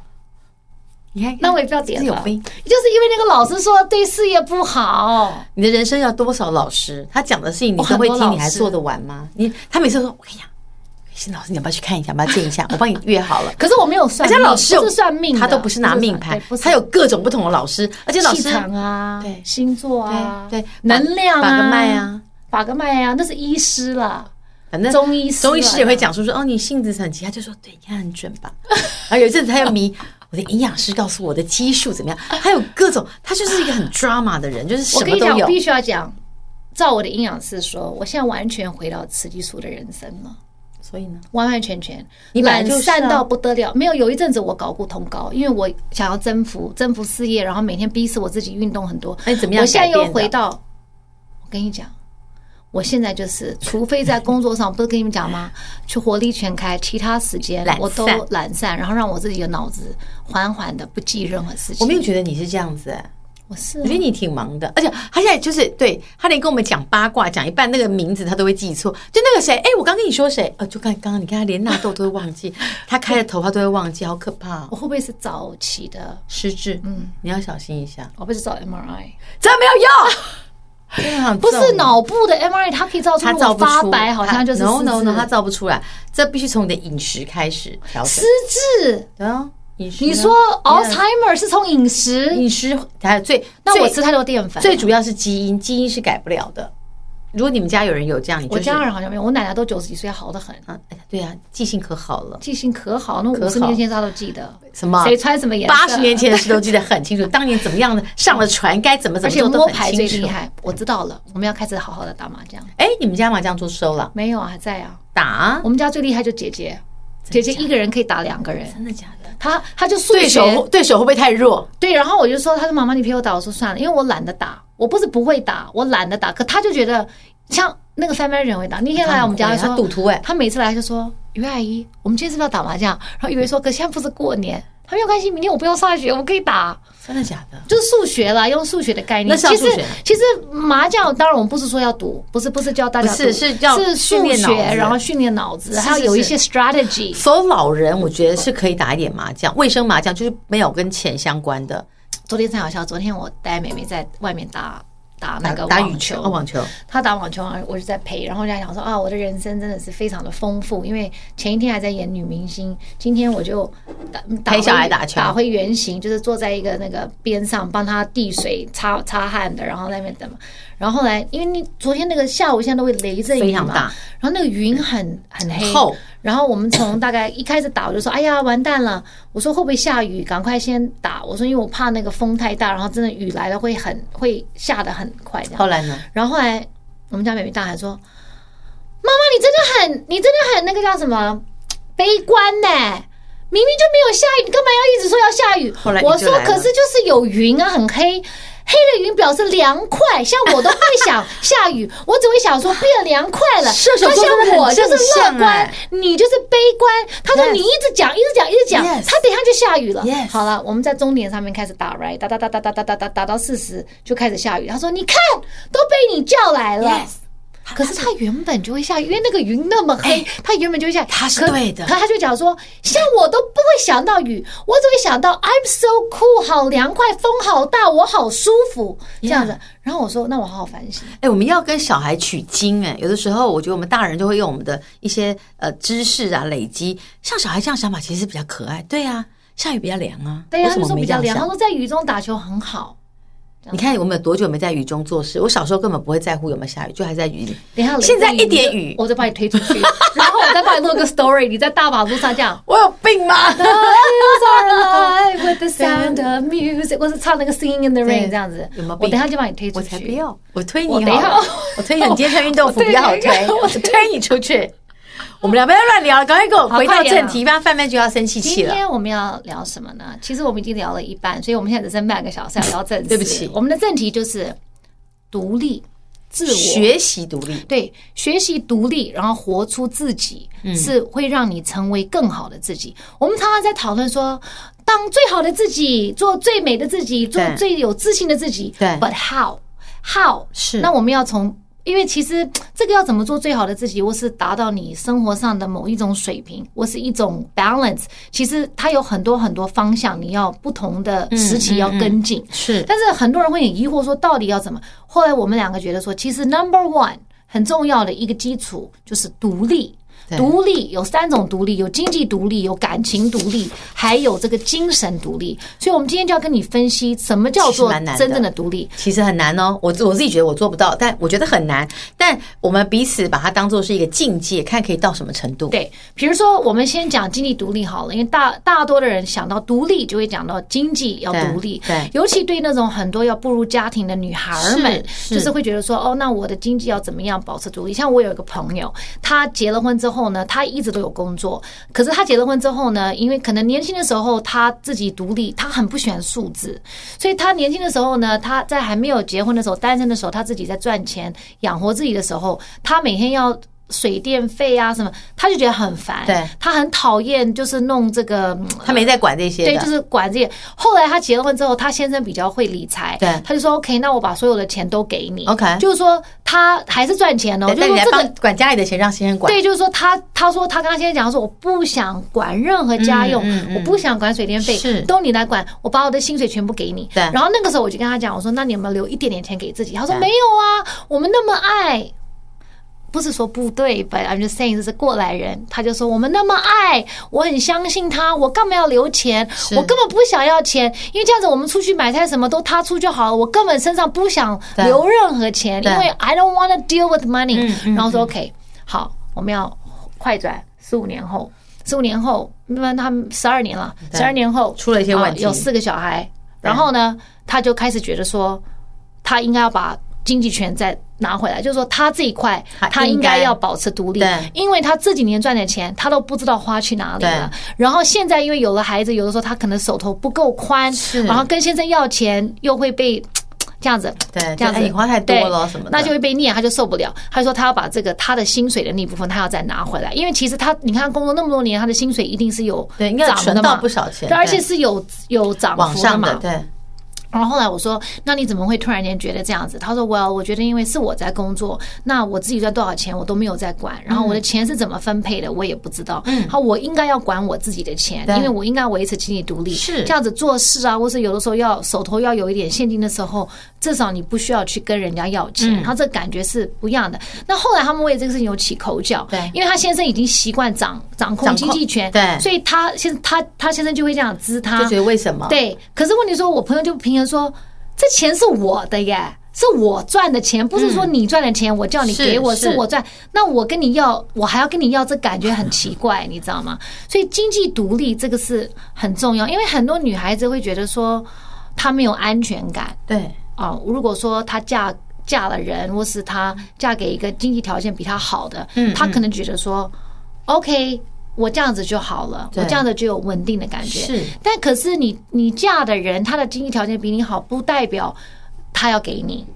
S1: 你看，
S2: 那我也不要点
S1: 是有
S2: 吧，就是
S1: 病
S2: 因为那个老师说对事业不好，
S1: 你的人生要多少老师？他讲的事情你都会
S2: 我很多老
S1: 听，
S2: 师
S1: 你还做得完 吗？你他每次都说，我跟你讲，哎新老师你要不要去看一下，要 不要见一下？我帮你约好了。
S2: 可是我没有算
S1: 而
S2: 命，
S1: 且老师有
S2: 不是算命的，
S1: 他都不是拿命盘
S2: 对不，是
S1: 他有各种不同的老师，而且老
S2: 气
S1: 师
S2: 场啊，
S1: 对
S2: 星座啊，
S1: 对对
S2: 能量啊，
S1: 把把个脉啊，
S2: 把个脉啊，那是医师啦，
S1: 反正
S2: 中医师啊
S1: 中医师也
S2: 来
S1: 会
S2: 的
S1: 讲述说，哦，你性子很急，他就说，对，你看很准 吧。然后有一阵子他又迷我的营养师告诉我的激素怎么样，还有各种，他就是一个很 drama 的人，就是
S2: 我
S1: 什
S2: 跟
S1: 么
S2: 你
S1: 都
S2: 讲，我
S1: 有。
S2: 必须要讲，照我的营养师说，我现在完全回到雌激素的人生了。
S1: 所以呢，
S2: 完完全全，
S1: 你本来
S2: 懒
S1: 就是啊
S2: 散到不得了。没有，有一阵子我搞过通告，因为我想要征服征服事业，然后每天逼死我自己运动很多。
S1: 那你怎么样
S2: 我现在
S1: 改
S2: 又
S1: 变的
S2: 回到，我跟你讲，我现在就是，除非在工作上，不是跟你们讲吗？去火力全开，其他时间
S1: 懒散
S2: 我都懒散，然后让我自己的脑子缓缓的不记任何事
S1: 我
S2: 情。
S1: 没有觉得你是这样子、哎
S2: 我是啊
S1: 我觉得你挺忙的，而且他现在就是对他连跟我们讲八卦讲一半那个名字他都会记错，就那个谁，哎、我刚跟你说谁，呃，就看刚刚你看他连纳豆都会忘 记，他开的头发都会忘记，好可怕、
S2: 我
S1: 哦，
S2: 会不会是早起的？
S1: 失智，嗯，你要小心一下，
S2: 我不是照 MRI，
S1: 真没有用，真的很
S2: 不是
S1: 重
S2: 脑部的 MRI，它可以照出
S1: 他
S2: 我
S1: 造不
S2: 发
S1: 出，
S2: 白，好像就是
S1: no no
S2: 失
S1: no，
S2: 智
S1: 他造不出来，这必须从你的饮食开始调
S2: 失
S1: 整。
S2: 智。
S1: 对啊，饮食呢，
S2: 你说
S1: 看
S2: Alzheimer 是从饮食？
S1: 饮食还有最，
S2: 那我
S1: 最
S2: 吃太多淀粉。
S1: 最主要是基因，基因是改不了的。如果你们家有人有这样，你就
S2: 我
S1: 是
S2: 家人好像没有，我奶奶都九十几岁，好的很，
S1: 啊，哎呀对啊，记性可好了，
S2: 记性可好，那
S1: 可好
S2: 五十年前她都记得，
S1: 什么
S2: 谁穿什么颜色，
S1: 八十年，前的事都记得很清楚，当年怎么样的上了船，该怎么怎
S2: 而
S1: 么
S2: 且
S1: 做都
S2: 摸
S1: 很
S2: 牌最
S1: 清
S2: 厉
S1: 楚。
S2: 害。我知道了，我们要开始好好的打麻将。
S1: 哎，你们家麻将桌收了？
S2: 没有啊，还在啊。
S1: 打啊
S2: 我们家最厉害就姐姐，姐姐一个人可以打两个人，
S1: 真的假的？
S2: 她她就数
S1: 对手
S2: 学
S1: 会对手会不会太弱？
S2: 对，然后我就说，她说妈妈你陪我打，我说算了，因为我懒得打，我不是不会打，我懒得打，可她就觉得像那个翻班人会打，那天来我们家
S1: 他
S2: 说
S1: 赌徒哎，
S2: 他每次来就说：“于阿姨，我们今天是不是要打麻将？”然后以为说：“可现在不是过年，他没有关系，明天我不用上学，我们可以打。
S1: 真的假的”？
S2: 就是数学啦，用数学的概念。
S1: 那是要
S2: 其实
S1: 数学
S2: 其实麻将当然我们不是说要赌，不是不是教大家赌，
S1: 不是是要
S2: 是
S1: 训
S2: 数
S1: 练脑
S2: 学
S1: 子，
S2: 然后训练脑子，
S1: 是
S2: 还要
S1: 是
S2: 有一
S1: 是
S2: 些 strategy。
S1: 所有老人，我觉得是可以打一点麻将，卫生麻将就是没有跟钱相关的，
S2: 昨天才好笑，昨天我带妹妹在外面打打那个
S1: 打
S2: 网
S1: 羽球、哦网球，
S2: 他打网球啊，我就在陪，然后我就在想说啊，我的人生真的是非常的丰富，因为前一天还在演女明星，今天我就打打
S1: 陪小孩
S2: 回
S1: 打球
S2: 打回原形，就是坐在一个那个边上帮他递水、擦擦汗的，然后在那边等嘛。然后后来，因为你昨天那个下午现在都会雷阵雨嘛，
S1: 非常大
S2: 然后那个云很很黑，
S1: 厚
S2: 然后我们从大概一开始打，我就说，哎呀，完蛋了！我说会不会下雨？赶快先打！我说因为我怕那个风太大，然后真的雨来了会很会下的很快这样。
S1: 后来呢？
S2: 然后后来我们家妹妹大喊说：“妈妈，你真的很，你真的很那个叫什么悲观呢、明明就没有下雨，你干嘛要一直说要下雨？”
S1: 后来你就
S2: 我说
S1: 来：“了
S2: 可是就是有云啊，很黑。”黑的云表示凉快，像我都不会想 下雨，我只会想说变凉快了。
S1: 射手
S2: 那
S1: 座真的
S2: 像
S1: 很
S2: 我就是
S1: 正
S2: 乐
S1: 向
S2: 观
S1: 哎，
S2: 你就是悲观。他说
S1: Yes
S2: 你一直讲，一直讲，一直讲，
S1: Yes
S2: 他等一下就下雨了。
S1: Yes
S2: 好了，我们在终点上面开始打 right，打打打打打打打打打到四十就开始下雨。他说：“你看，都被你叫来了。
S1: Yes
S2: 可是它原本就会下雨，因为那个云那么黑，它原本就会下雨。
S1: 它哎是
S2: 可
S1: 对的
S2: 可他就讲说，像我都不会想到雨，我只会想到 I'm so cool，好凉快，风好大，我好舒服这样子。然后我说，那我好好反省。
S1: 哎、我们要跟小孩取经哎、有的时候我觉得我们大人就会用我们的一些呃知识啊累积，像小孩这样想法其实比较可爱。对啊，下雨比较凉啊，
S2: 对呀、
S1: 为
S2: 他
S1: 什
S2: 就
S1: 么我
S2: 说
S1: 没
S2: 比
S1: 这
S2: 较
S1: 样
S2: 凉，他啊
S1: 想？
S2: 说在雨中打球很好。
S1: 你看我们有多久没在雨中做事？我小时候根本不会在乎有没有下雨，就还在雨里。
S2: 等一下，
S1: 现在
S2: 雷阵
S1: 一点
S2: 你就
S1: 雨
S2: 我再把你推出去，然后我再帮你录个 story，你在大马路上这样。
S1: 我有病吗？
S2: Birds are alive with the sound of music，或是唱那个 Singing in the Rain
S1: 对
S2: 这样子。
S1: 有没有
S2: 我
S1: 病
S2: 等一下就把你推 出
S1: 我
S2: 去。
S1: 才不 要！我推
S2: 我
S1: 你
S2: 等一
S1: 好
S2: 下
S1: 了，我推你，你今天穿运动服比较好推，我推你出去。我们俩不要乱聊，赶快给我回
S2: 好
S1: 到
S2: 快点啊
S1: 正题，不然范范就要生气气
S2: 今
S1: 了。
S2: 天我们要聊什么呢？其实我们已经聊了一半，所以我们现在只剩半个小时要聊正题。
S1: 对不起
S2: 我们的正题就是独立、自我
S1: 学习独立，
S2: 对，学习独立，然后活出自己，
S1: 嗯
S2: 是会让你成为更好的自己。我们常常在讨论说，当最好的自己，做最美的自己，做
S1: 对
S2: 最有自信的自己。
S1: 对
S2: ，But how how
S1: 是
S2: 那我们要从。因为其实这个要怎么做最好的自己，或是达到你生活上的某一种水平，或是一种 balance，其实它有很多很多方向，你要不同的时
S1: 嗯
S2: 期要跟进。
S1: 是
S2: 但是很多人会很疑惑说，到底要怎么？后来我们两个觉得说，其实 number one 很重要的一个基础就是独立。
S1: 对
S2: 独立有三种独立，有经济独立，有感情独立，还有这个精神独立。所以，我们今天就要跟你分析什么叫
S1: 其实
S2: 做
S1: 蛮难的
S2: 真正的独立。
S1: 其实很难哦，我自我自己觉得我做不到，但我觉得很难。但我们彼此把它当做是一个境界，看可以到什么程度。
S2: 对，比如说我们先讲经济独立好了，因为大大多的人想到独立就会讲到经济要
S1: 对
S2: 独立，
S1: 对
S2: 尤其对那种很多要步入家庭的女孩儿们，
S1: 是是
S2: 就是会觉得说，哦，那我的经济要怎么样保持独立？像我有一个朋友，她结了婚之后呢，她一直都有工作，可是她结了婚之后呢，因为可能年轻的时候她自己独立，她很不喜欢数字，所以她年轻的时候呢，她在还没有结婚的时候，单身的时候，她自己在赚钱养活自己的时候，她每天要。水电费啊什么，她就觉得很烦，
S1: 对
S2: 她很讨厌，就是弄这个嗯
S1: 他没在管这些
S2: 对，
S1: 的，
S2: 就是管这些。后来她结了婚之后，她先生比较会理财，
S1: 对
S2: 他就说 OK，那我把所有的钱都给你
S1: OK
S2: 就是说他还是赚钱哦，
S1: 对
S2: 就是
S1: 但你
S2: 说
S1: 来
S2: 这个
S1: 帮。管家里的钱，让先生管。
S2: 对，就是说他，他说他跟他先生讲说，我不想管任何家用，
S1: 嗯嗯嗯
S2: 我不想管水电费
S1: 是，
S2: 都你来管，我把我的薪水全部给你。
S1: 对
S2: 然后那个时候我就跟他讲，我说那你有没有留一点点钱给自己？他说
S1: 对
S2: 没有啊，我们那么爱，不是说不对，but I'm just saying 这是过来人，他就说我们那么爱，我很相信他，我干嘛要留钱？
S1: 是
S2: 我根本不想要钱，因为这样子我们出去买菜什么都他出就好了，我根本身上不想
S1: 对
S2: 留任何钱，
S1: 对
S2: 因为 I don't want to deal with money、
S1: 嗯嗯
S2: 然后说 OK，好，我们要快转十五年后，十五年后，那他们十二年了，
S1: 对
S2: 十二年后
S1: 出了一些
S2: 啊
S1: 问题
S2: 有四个小孩，然后呢，他就开始觉得说，他应该要把经济权再拿回来，就是说他这一块
S1: 他
S2: 他
S1: 应
S2: 应
S1: 该
S2: 该要保持独立
S1: 对，
S2: 因为他这几年赚的钱他都不知道花去哪里了
S1: 对。
S2: 然后现在因为有了孩子，有的时候他可能手头不够宽
S1: 是，
S2: 然后跟先生要钱又会被这样子。
S1: 对，就
S2: 这样子
S1: 哎你花太多了什么的，
S2: 那就会被念，他就受不了。他说他要把这个他的薪水的那部分，他要再拿回来，因为其实他你看他工作那么多年，他的薪水一定是有
S1: 对应该有
S2: 涨的
S1: 存到
S2: 嘛
S1: 不少钱
S2: 对而且
S1: 对
S2: 是有有涨
S1: 往
S2: 幅的
S1: 上的
S2: 嘛。
S1: 对。
S2: 然后后来我说，那你怎么会突然间觉得这样子？他说，Well，我觉得因为是我在工作，那我自己赚多少钱我都没有在
S1: 嗯
S2: 管，然后我的钱是怎么分配的我也不知道。嗯，好，我应该要管我自己的钱
S1: 对，
S2: 因为我应该维持经济独立。
S1: 是
S2: 这样子做事啊，或是有的时候要手头要有一点现金的时候，至少你不需要去跟人家要钱，
S1: 嗯
S2: 然后这感觉是不一样的。那后来他们为这个事情有起口角，
S1: 对
S2: 因为他先生已经习惯掌掌控
S1: 掌控
S2: 经济权，
S1: 对
S2: 所以他先他他先生就会这样支他，
S1: 就觉得为什么？，
S2: 对，可是问题说，我朋友就平衡说，这钱是我的耶，是我赚的钱，不是说你赚的钱，我叫你
S1: 嗯是
S2: 给我，
S1: 是
S2: 是我赚。那我跟你要，我还要跟你要，这感觉很奇怪，你知道吗？所以经济独立这个是很重要，因为很多女孩子会觉得说，她没有安全感。
S1: 对，
S2: 啊、如果说她嫁嫁了人，或是她嫁给一个经济条件比她好的，
S1: 嗯
S2: 她可能觉得说、o k 我这样子就好了，我
S1: 对
S2: 这样子就有稳定的感觉。
S1: 是
S2: 但可是你你嫁的人，他的经济条件比你好，不代表他要给你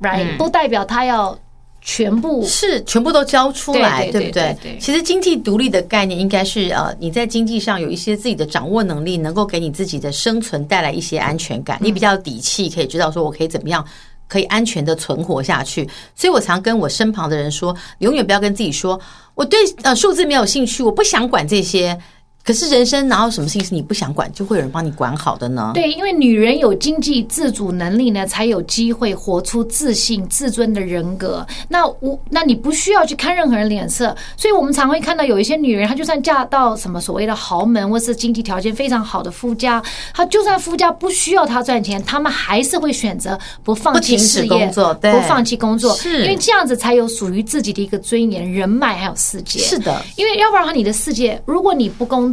S2: ，right？、不代表他要全部
S1: 是全部都交出来，
S2: 对对
S1: 不
S2: 对对对
S1: 其实经济独立的概念应该是呃，你在经济上有一些自己的掌握能力，能够给你自己的生存带来一些安全
S2: 嗯
S1: 感，你比较有底气，可以知道说我可以怎么样。可以安全的存活下去，所以我常跟我身旁的人说，永远不要跟自己说我对呃数字没有兴趣，我不想管这些。可是人生哪有什么事情是你不想管，就会有人帮你管好的呢？
S2: 对，因为女人有经济自主能力呢，才有机会活出自信、自尊的人格。那我，那你不需要去看任何人脸色，所以我们常会看到有一些女人，她就算嫁到什么所谓的豪门，或是经济条件非常好的夫家，她就算夫家不需要她赚钱，她们还是会选择不放弃
S1: 不停止
S2: 事业，
S1: 工作对
S2: 不放弃工作，
S1: 是
S2: 因为这样子才有属于自己的一个尊严、人脉还有世界。
S1: 是的，
S2: 因为要不然的话，你的世界，如果你不工作，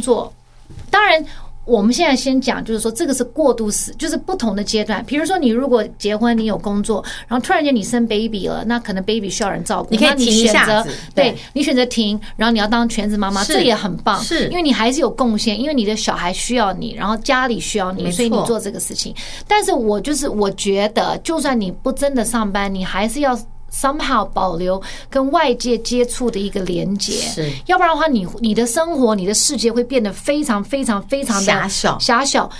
S2: 当然。我们现在先讲，就是说这个是过渡时，就是不同的阶段。比如说，你如果结婚，你有工作，然后突然间你生 baby 了，那可能 baby 需要人照顾，
S1: 你可以
S2: 那
S1: 停一
S2: 选
S1: 下
S2: 择
S1: 子，
S2: 对
S1: 对
S2: 你选择停，然后你要当全职妈妈，
S1: 是
S2: 这也很棒，
S1: 是
S2: 因为你还是有贡献，因为你的小孩需要你，然后家里需要你，
S1: 没
S2: 所以你
S1: 错
S2: 做这个事情。但是我就是我觉得，就算你不真的上班，你还是要。somehow 保留跟外界接触的一个连接，
S1: 是
S2: 要不然的话你，你的生活、你的世界会变得非常非常非常的
S1: 狭小
S2: 狭小。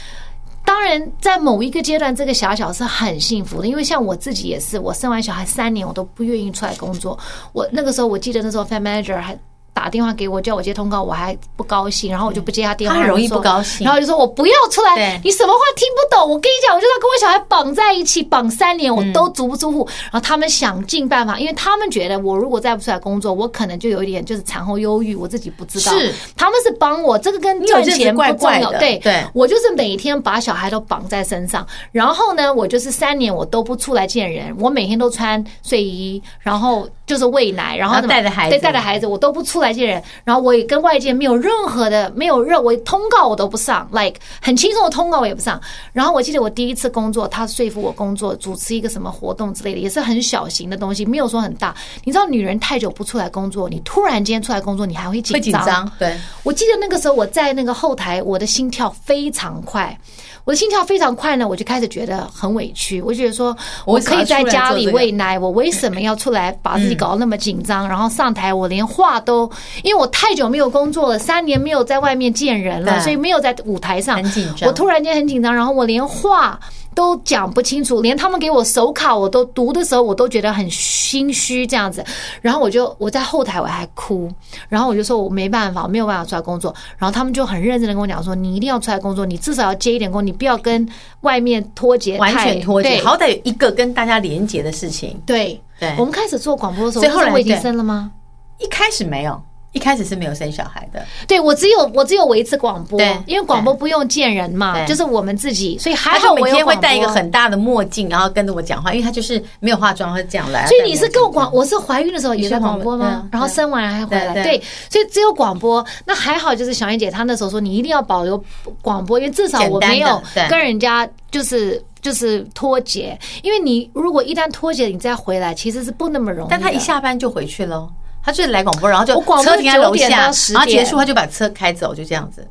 S2: 当然，在某一个阶段，这个狭小是很幸福的，因为像我自己也是，我生完小孩三年，我都不愿意出来工作。我那个时候，我记得那时候 fan manager 还打电话给我，叫我接通告，我还不高兴，然后我就不接他电话，
S1: 他很容易
S2: 我就说
S1: 不高兴
S2: 然后就说我不要出来
S1: 对，
S2: 你什么话听不懂？我跟你讲，我就是要跟我小孩绑在一起，绑三年，
S1: 嗯
S2: 我都足不出户。然后他们想尽办法，因为他们觉得我如果再不出来工作，我可能就有一点就是产后忧郁，我自己不知道。
S1: 是，
S2: 他们是帮我，这个跟
S1: 你有
S2: 赚
S1: 阵子
S2: 钱不
S1: 怪
S2: 重
S1: 怪
S2: 要，
S1: 的
S2: 对
S1: 对
S2: 我就是每天把小孩都绑在身上，然后呢，我就是三年我都不出来见人，我每天都穿睡衣，然后就是喂奶，然后
S1: 然后带着孩子
S2: 对带着孩子，我都不出来见人，然后我也跟外界没有任何的没有任我通告我都不上，like 很轻松的通告我也不上。然后我记得我第一次工作，他说服我工作主持一个什么活动之类的，也是很小型的东西，没有说很大。你知道，女人太久不出来工作，你突然间出来工作，你还会紧
S1: 会紧张，对，
S2: 我记得那个时候我在那个后台，我的心跳非常快，我的心跳非常快呢，我就开始觉得很委屈，我就觉得说
S1: 我
S2: 我
S1: 为什么
S2: 可以
S1: 要
S2: 在
S1: 出来
S2: 家
S1: 做
S2: 里
S1: 这个
S2: 喂奶，我为什么要出来把自己搞得那么紧张？然后上台我连话都，因为我太久没有工作了，三年没有在外面见人了，
S1: 对
S2: 所以没有在舞台上，
S1: 很紧张
S2: 我突然间很紧张，然后我连话。都讲不清楚，连他们给我手卡我都读的时候，我都觉得很心虚这样子。然后我就我在后台我还哭，然后我就说我没办法，我没有办法出来工作。然后他们就很认真的跟我讲说，你一定要出来工作，你至少要接一点工，你不要跟外面脱节太，
S1: 完全脱节，
S2: 对
S1: 好歹有一个跟大家连接的事情。
S2: 对
S1: 对
S2: 我们开始做广播的时候，
S1: 所以后来
S2: 那时候我已经
S1: 对
S2: 生了吗？
S1: 一开始没有，一开始是没有生小孩的，
S2: 对，我只有我只有我一次广播
S1: 对，
S2: 因为广播不用见人嘛，
S1: 对
S2: 就是我们自己，所以
S1: 他
S2: 还好
S1: 就
S2: 我
S1: 每
S2: 有
S1: 天会
S2: 广
S1: 戴一个
S2: 播
S1: 很大的墨镜，然后跟着我讲话，因为他就是没有化妆，会这样来。
S2: 所以你是
S1: 够
S2: 够广，我是怀孕的时候也在广播
S1: 你是
S2: 吗
S1: 广？嗯
S2: 然后生完还回来，
S1: 对
S2: 对
S1: 对，
S2: 所以只有广播。那还好，就是小燕姐她那时候说，你一定要保留广播，因为至少我没
S1: 简
S2: 有
S1: 单的对
S2: 跟人家就是。就是脱节，因为你如果一旦脱节，你再回来其实是不那么容易的。
S1: 但他一下班就回去喽，他就是来广播，然后就
S2: 我广播
S1: 车停在
S2: 9
S1: 楼
S2: 点
S1: 下
S2: 到10，
S1: 然后结
S2: 点
S1: 束他就把车开走，就这样子。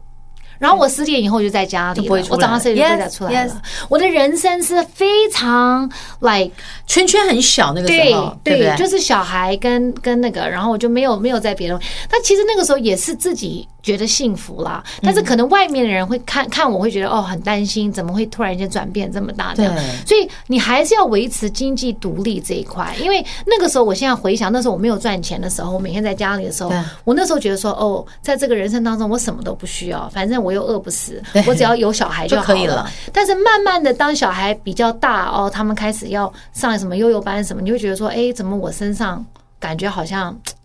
S2: 然后我十点以后就在家里
S1: 就
S2: 了，
S1: 不会出
S2: 我
S1: 来
S2: 早上十点就不会再出来
S1: Yes,
S2: 了。我的人生是非常 like
S1: 圈圈很小那个时
S2: 对
S1: 候，对不
S2: 对，
S1: 对？
S2: 就是小孩跟跟那个，然后我就没有没有在别的。但其实那个时候也是自己觉得幸福啦，
S1: 嗯
S2: 但是可能外面的人会看看我会觉得哦很担心，怎么会突然间转变这么大这样
S1: 对？
S2: 所以你还是要维持经济独立这一块，因为那个时候我现在回想，那时候我没有赚钱的时候，我每天在家里的时候
S1: 对，
S2: 我那时候觉得说哦，在这个人生当中我什么都不需要，反正我又饿不死，我只要有小孩
S1: 就
S2: 好
S1: 可以
S2: 了
S1: 了。
S2: 但是慢慢的，当小孩比较大哦，他们开始要上什么幼幼班什么，你会觉得说，哎，怎么我身上感觉好像。嗯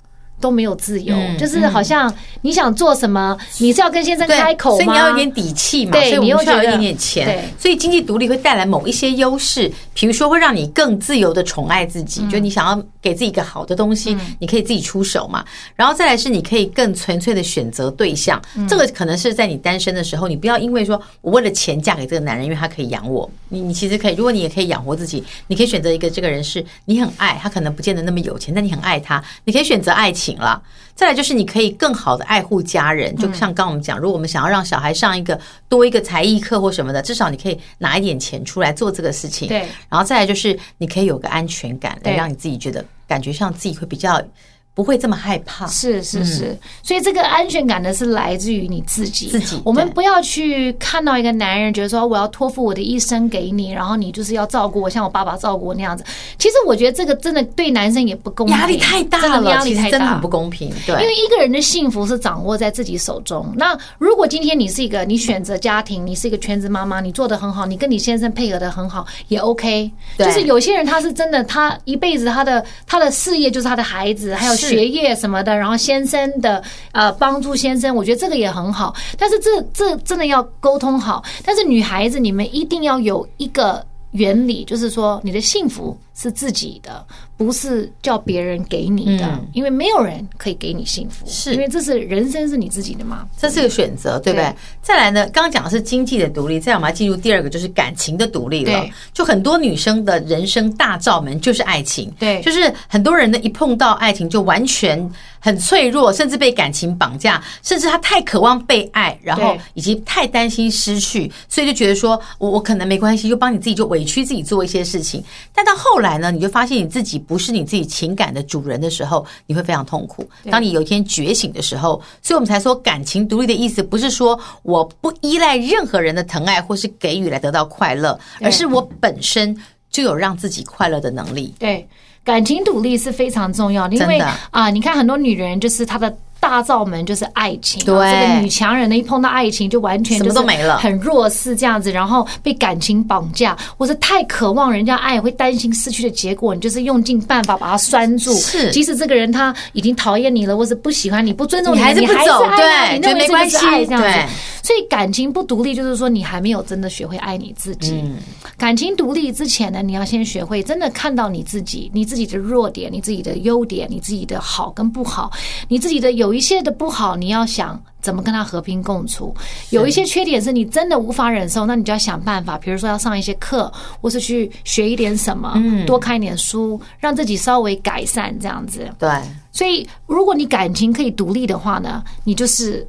S2: 都没有自由，
S1: 嗯
S2: 就是好像你想做什么，你是要跟先生
S1: 对
S2: 开口
S1: 所以
S2: 吗？
S1: 你要有点底气嘛，
S2: 对
S1: 所以我
S2: 你又
S1: 们需要
S2: 觉
S1: 有
S2: 得
S1: 一点点
S2: 对
S1: 钱，所以经济独立会带来某一些优势，比如说会让你更自由的宠爱自
S2: 嗯
S1: 己，就你想要给自己一个好的东西，你可以自己出手嘛，然后再来是你可以更纯粹的选择对象，
S2: 嗯
S1: 这个可能是在你单身的时候，你不要因为说我为了钱嫁给这个男人，因为他可以养我，你你其实可以，如果你也可以养活自己，你可以选择一个这个人是你很爱他，可能不见得那么有钱，但你很爱他，你可以选择爱情了。再来就是你可以更好的爱护家
S2: 嗯
S1: 人，就像刚刚我们讲，如果我们想要让小孩上一个多一个才艺课或什么的，至少你可以拿一点钱出来做这个事情。
S2: 对，
S1: 然后再来就是你可以有个安全感，来
S2: 对
S1: 让你自己觉得感觉上自己会比较不会这么害怕。
S2: 是是是，所以这个安全感呢是来自于你自己。
S1: 嗯自己
S2: 我们
S1: 对
S2: 不要去看到一个男人，觉得说我要托付我的一生给你，然后你就是要照顾我，像我爸爸照顾我那样子。其实我觉得这个真的对男生也不公平，
S1: 压力太
S2: 真
S1: 大
S2: 的
S1: 了，
S2: 压力
S1: 其
S2: 太
S1: 实
S2: 大，
S1: 真的很不公平。对，
S2: 因为一个人的幸福是掌握在自己手中。那如果今天你是一个，你选择家庭，你是一个全职妈妈，你做的很好，你跟你先生配合的很好，也 OK。
S1: 对
S2: 就是有些人他是真的，他一辈子他的他的事业就是他的孩子，还有
S1: 是
S2: 学业什么的，然后先生的呃帮助先生，我觉得这个也很好。但是这这真的要沟通好。但是女孩子，你们一定要有一个。原理，就是说你的幸福是自己的，不是叫别人给你的，因为没有人可以给你幸福，
S1: 是
S2: 因为这是人生是你自己的嘛。
S1: 这是个选择，对不对
S2: 对？
S1: 再来呢，刚刚讲的是经济的独立，再来我们要进入第二个，就是感情的独立了
S2: 对。
S1: 就很多女生的人生大罩门就是爱情，
S2: 对
S1: 就是很多人呢一碰到爱情就完全很脆弱，甚至被感情绑架，甚至她太渴望被爱，然后
S2: 对
S1: 以及太担心失去，所以就觉得说我我可能没关系，就帮你自己就委屈自己做一些事情。但到后来呢，你就发现你自己不是你自己情感的主人的时候，你会非常痛苦。当你有一天觉醒的时候，所以我们才说感情独立的意思，不是说我不依赖任何人的疼爱或是给予来得到快乐，而是我本身就有让自己快乐的能力。
S2: 对，感情独立是非常重要的，因
S1: 真
S2: 为
S1: 的
S2: 啊、你看很多女人就是她的。大罩门就是爱情啊，
S1: 对
S2: 这个女强人呢，一碰到爱情就完全
S1: 什么
S2: 就是
S1: 都没了
S2: 很弱势这样子，然后被感情绑架，或者太渴望人家爱，会担心失去的结果，你就是用尽办法把它拴住。
S1: 是
S2: 即使这个人他已经讨厌你了，或者不喜欢你、不尊重你，
S1: 你还是
S2: 你
S1: 不
S2: 还是
S1: 走对
S2: 爱他，你
S1: 觉得
S2: 认为
S1: 没
S2: 这
S1: 关
S2: 个是
S1: 系
S2: 爱这样
S1: 对
S2: 子。所以感情不独立，就是说你还没有真的学会爱你自己。
S1: 嗯
S2: 感情独立之前呢，你要先学会真的看到你自己，你自己的弱点，你自己的优点，你自己的好跟不好，你自己的有一些的不好，你要想。怎么跟他和平共处？有一些缺点是你真的无法忍受，那你就要想办法，比如说要上一些课，或是去学一点什么，
S1: 嗯
S2: 多看一点书，让自己稍微改善这样子。
S1: 对，
S2: 所以，如果你感情可以独立的话呢，你就是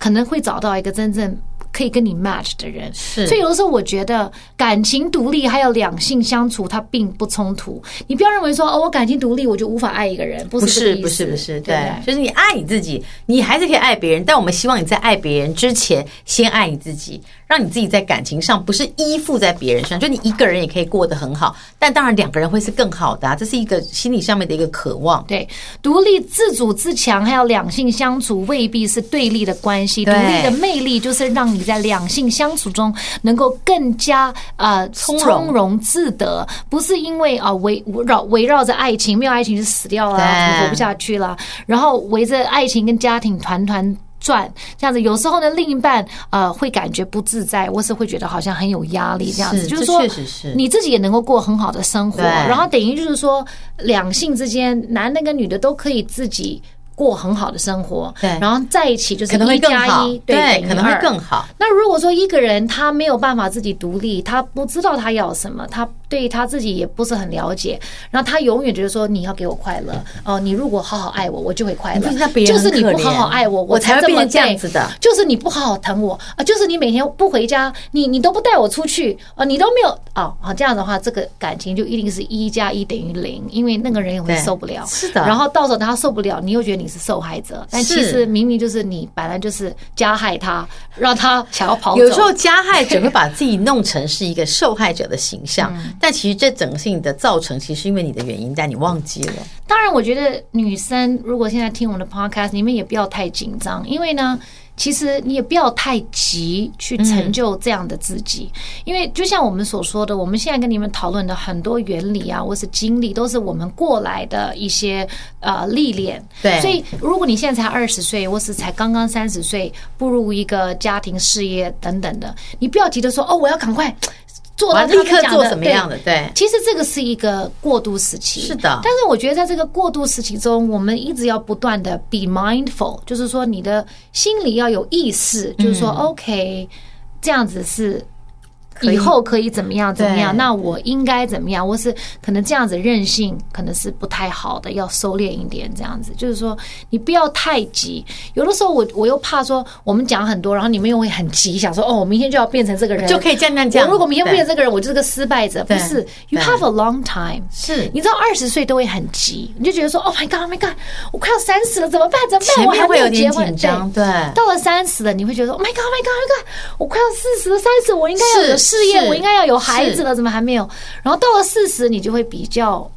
S2: 可能会找到一个真正可以跟你 match 的人。
S1: 是
S2: 所以有的时候我觉得感情独立还有两性相处，它并不冲突。你不要认为说哦，我感情独立我就无法爱一个人，不
S1: 不
S2: 是这
S1: 是
S2: 个意思
S1: 不是不是，
S2: 对
S1: 对
S2: 不，
S1: 就是你爱你自己，你还是可以爱别人，但我们希望你在爱别人之前，先爱你自己，让你自己在感情上不是依附在别人身上，就你一个人也可以过得很好，但当然两个人会是更好的、啊，这是一个心理上面的一个渴望。
S2: 对，独立、自主、自强，还有两性相处，未必是对立的关系。独
S1: 对
S2: 立的魅力就是让你在两性相处中能够更加呃从
S1: 容
S2: 容自得，不是因为啊、围围绕围绕着爱情，没有爱情就死掉了，
S1: 对
S2: 活不下去了。然后围着爱情跟家庭团团。转这样子，有时候呢，另一半呃会感觉不自在，或是会觉得好像很有压力，这样子，
S1: 是
S2: 就是
S1: 这
S2: 说，
S1: 确实是
S2: 你自己也能够过很好的生活，
S1: 对
S2: 然后等于就是说，两性之间，男的跟女的都可以自己过很好的生活，
S1: 对
S2: 然后在一起就是
S1: 可能
S2: 一
S1: 会更
S2: 加
S1: 好
S2: 一，，
S1: 对，
S2: 等于
S1: 可能会
S2: 二
S1: 更好。
S2: 那如果说一个人他没有办法自己独立，他不知道他要什么，他对他自己也不是很了解，然后他永远觉得说你要给我快乐
S1: 嗯
S2: 哦，你如果好好爱我，我就会快乐
S1: 你看。别人很
S2: 就是你
S1: 可
S2: 不好好
S1: 怜
S2: 爱我，
S1: 我才
S2: 才
S1: 会
S2: 这
S1: 变
S2: 么
S1: 成这样
S2: 对
S1: 子的
S2: 就是你不好好疼我啊，就是你每天不回家，你你都不带我出去啊，你都没有啊啊，这样的话，这个感情就一定是一加一等于零，因为那个人也会
S1: 对
S2: 受不了。
S1: 是的
S2: 然后到时候他受不了，你又觉得你是受害者，但其
S1: 是
S2: 实明明就是你本来就是加害他，让他想要跑走。
S1: 有时候加害者会把自己弄成是一个受害者的形象，但其实这整个事情的造成，其实是因为你的原因，但你忘记了。
S2: 当然，我觉得女生如果现在听我们的 podcast，你们也不要太紧张，因为呢，其实你也不要太急去成就这样的自己，因为就像我们所说的，我们现在跟你们讨论的很多原理啊，或是经历，都是我们过来的一些呃历练。
S1: 对
S2: 所以如果你现在才二十岁，或是才刚刚三十岁，步入一个家庭、事业等等的，你不要急着说哦，我要赶快。做
S1: 我
S2: 到
S1: 要立
S2: 他们
S1: 刻
S2: 讲
S1: 做
S2: 的
S1: 什么
S2: 对
S1: 样的？对，
S2: 其实这个是一个过渡时期，
S1: 是的
S2: 但是我觉得在这个过渡时期中，我们一直要不断的 be mindful，就是说你的心里要有意识，
S1: 嗯
S2: 就是说 OK，这样子是。
S1: 以
S2: 以后可以怎么样怎么样？
S1: 对
S2: 那我应该怎么样？我是可能这样子任性，可能是不太好的，要收敛一点。这样子就是说，你不要太急。有的时候我我又怕说，我们讲很多，然后你们又会很急，想说哦，我明天就要变成这个人，
S1: 就可以这样那样这样
S2: 我如果明天不
S1: 对
S2: 变成这个人，我就是个失败者。不
S1: 对
S2: 是，you
S1: 对
S2: have a long time。
S1: 是
S2: 你知道二十岁都会很急，你就觉得说，Oh my God，Oh my God，我快要三十了，怎么办？怎么办？
S1: 前
S2: 我还
S1: 面
S2: 没
S1: 会有
S2: 结
S1: 点
S2: 婚，
S1: 紧张，
S2: 对
S1: 对，
S2: 到了三十了，你会觉得说，Oh my God，Oh my God，Oh my God，我快要四十了，三十我应该要有
S1: 是
S2: 事业，
S1: 是
S2: 我应该要有孩子
S1: 是
S2: 了，怎么还没有？然后到了四十，你就会比较。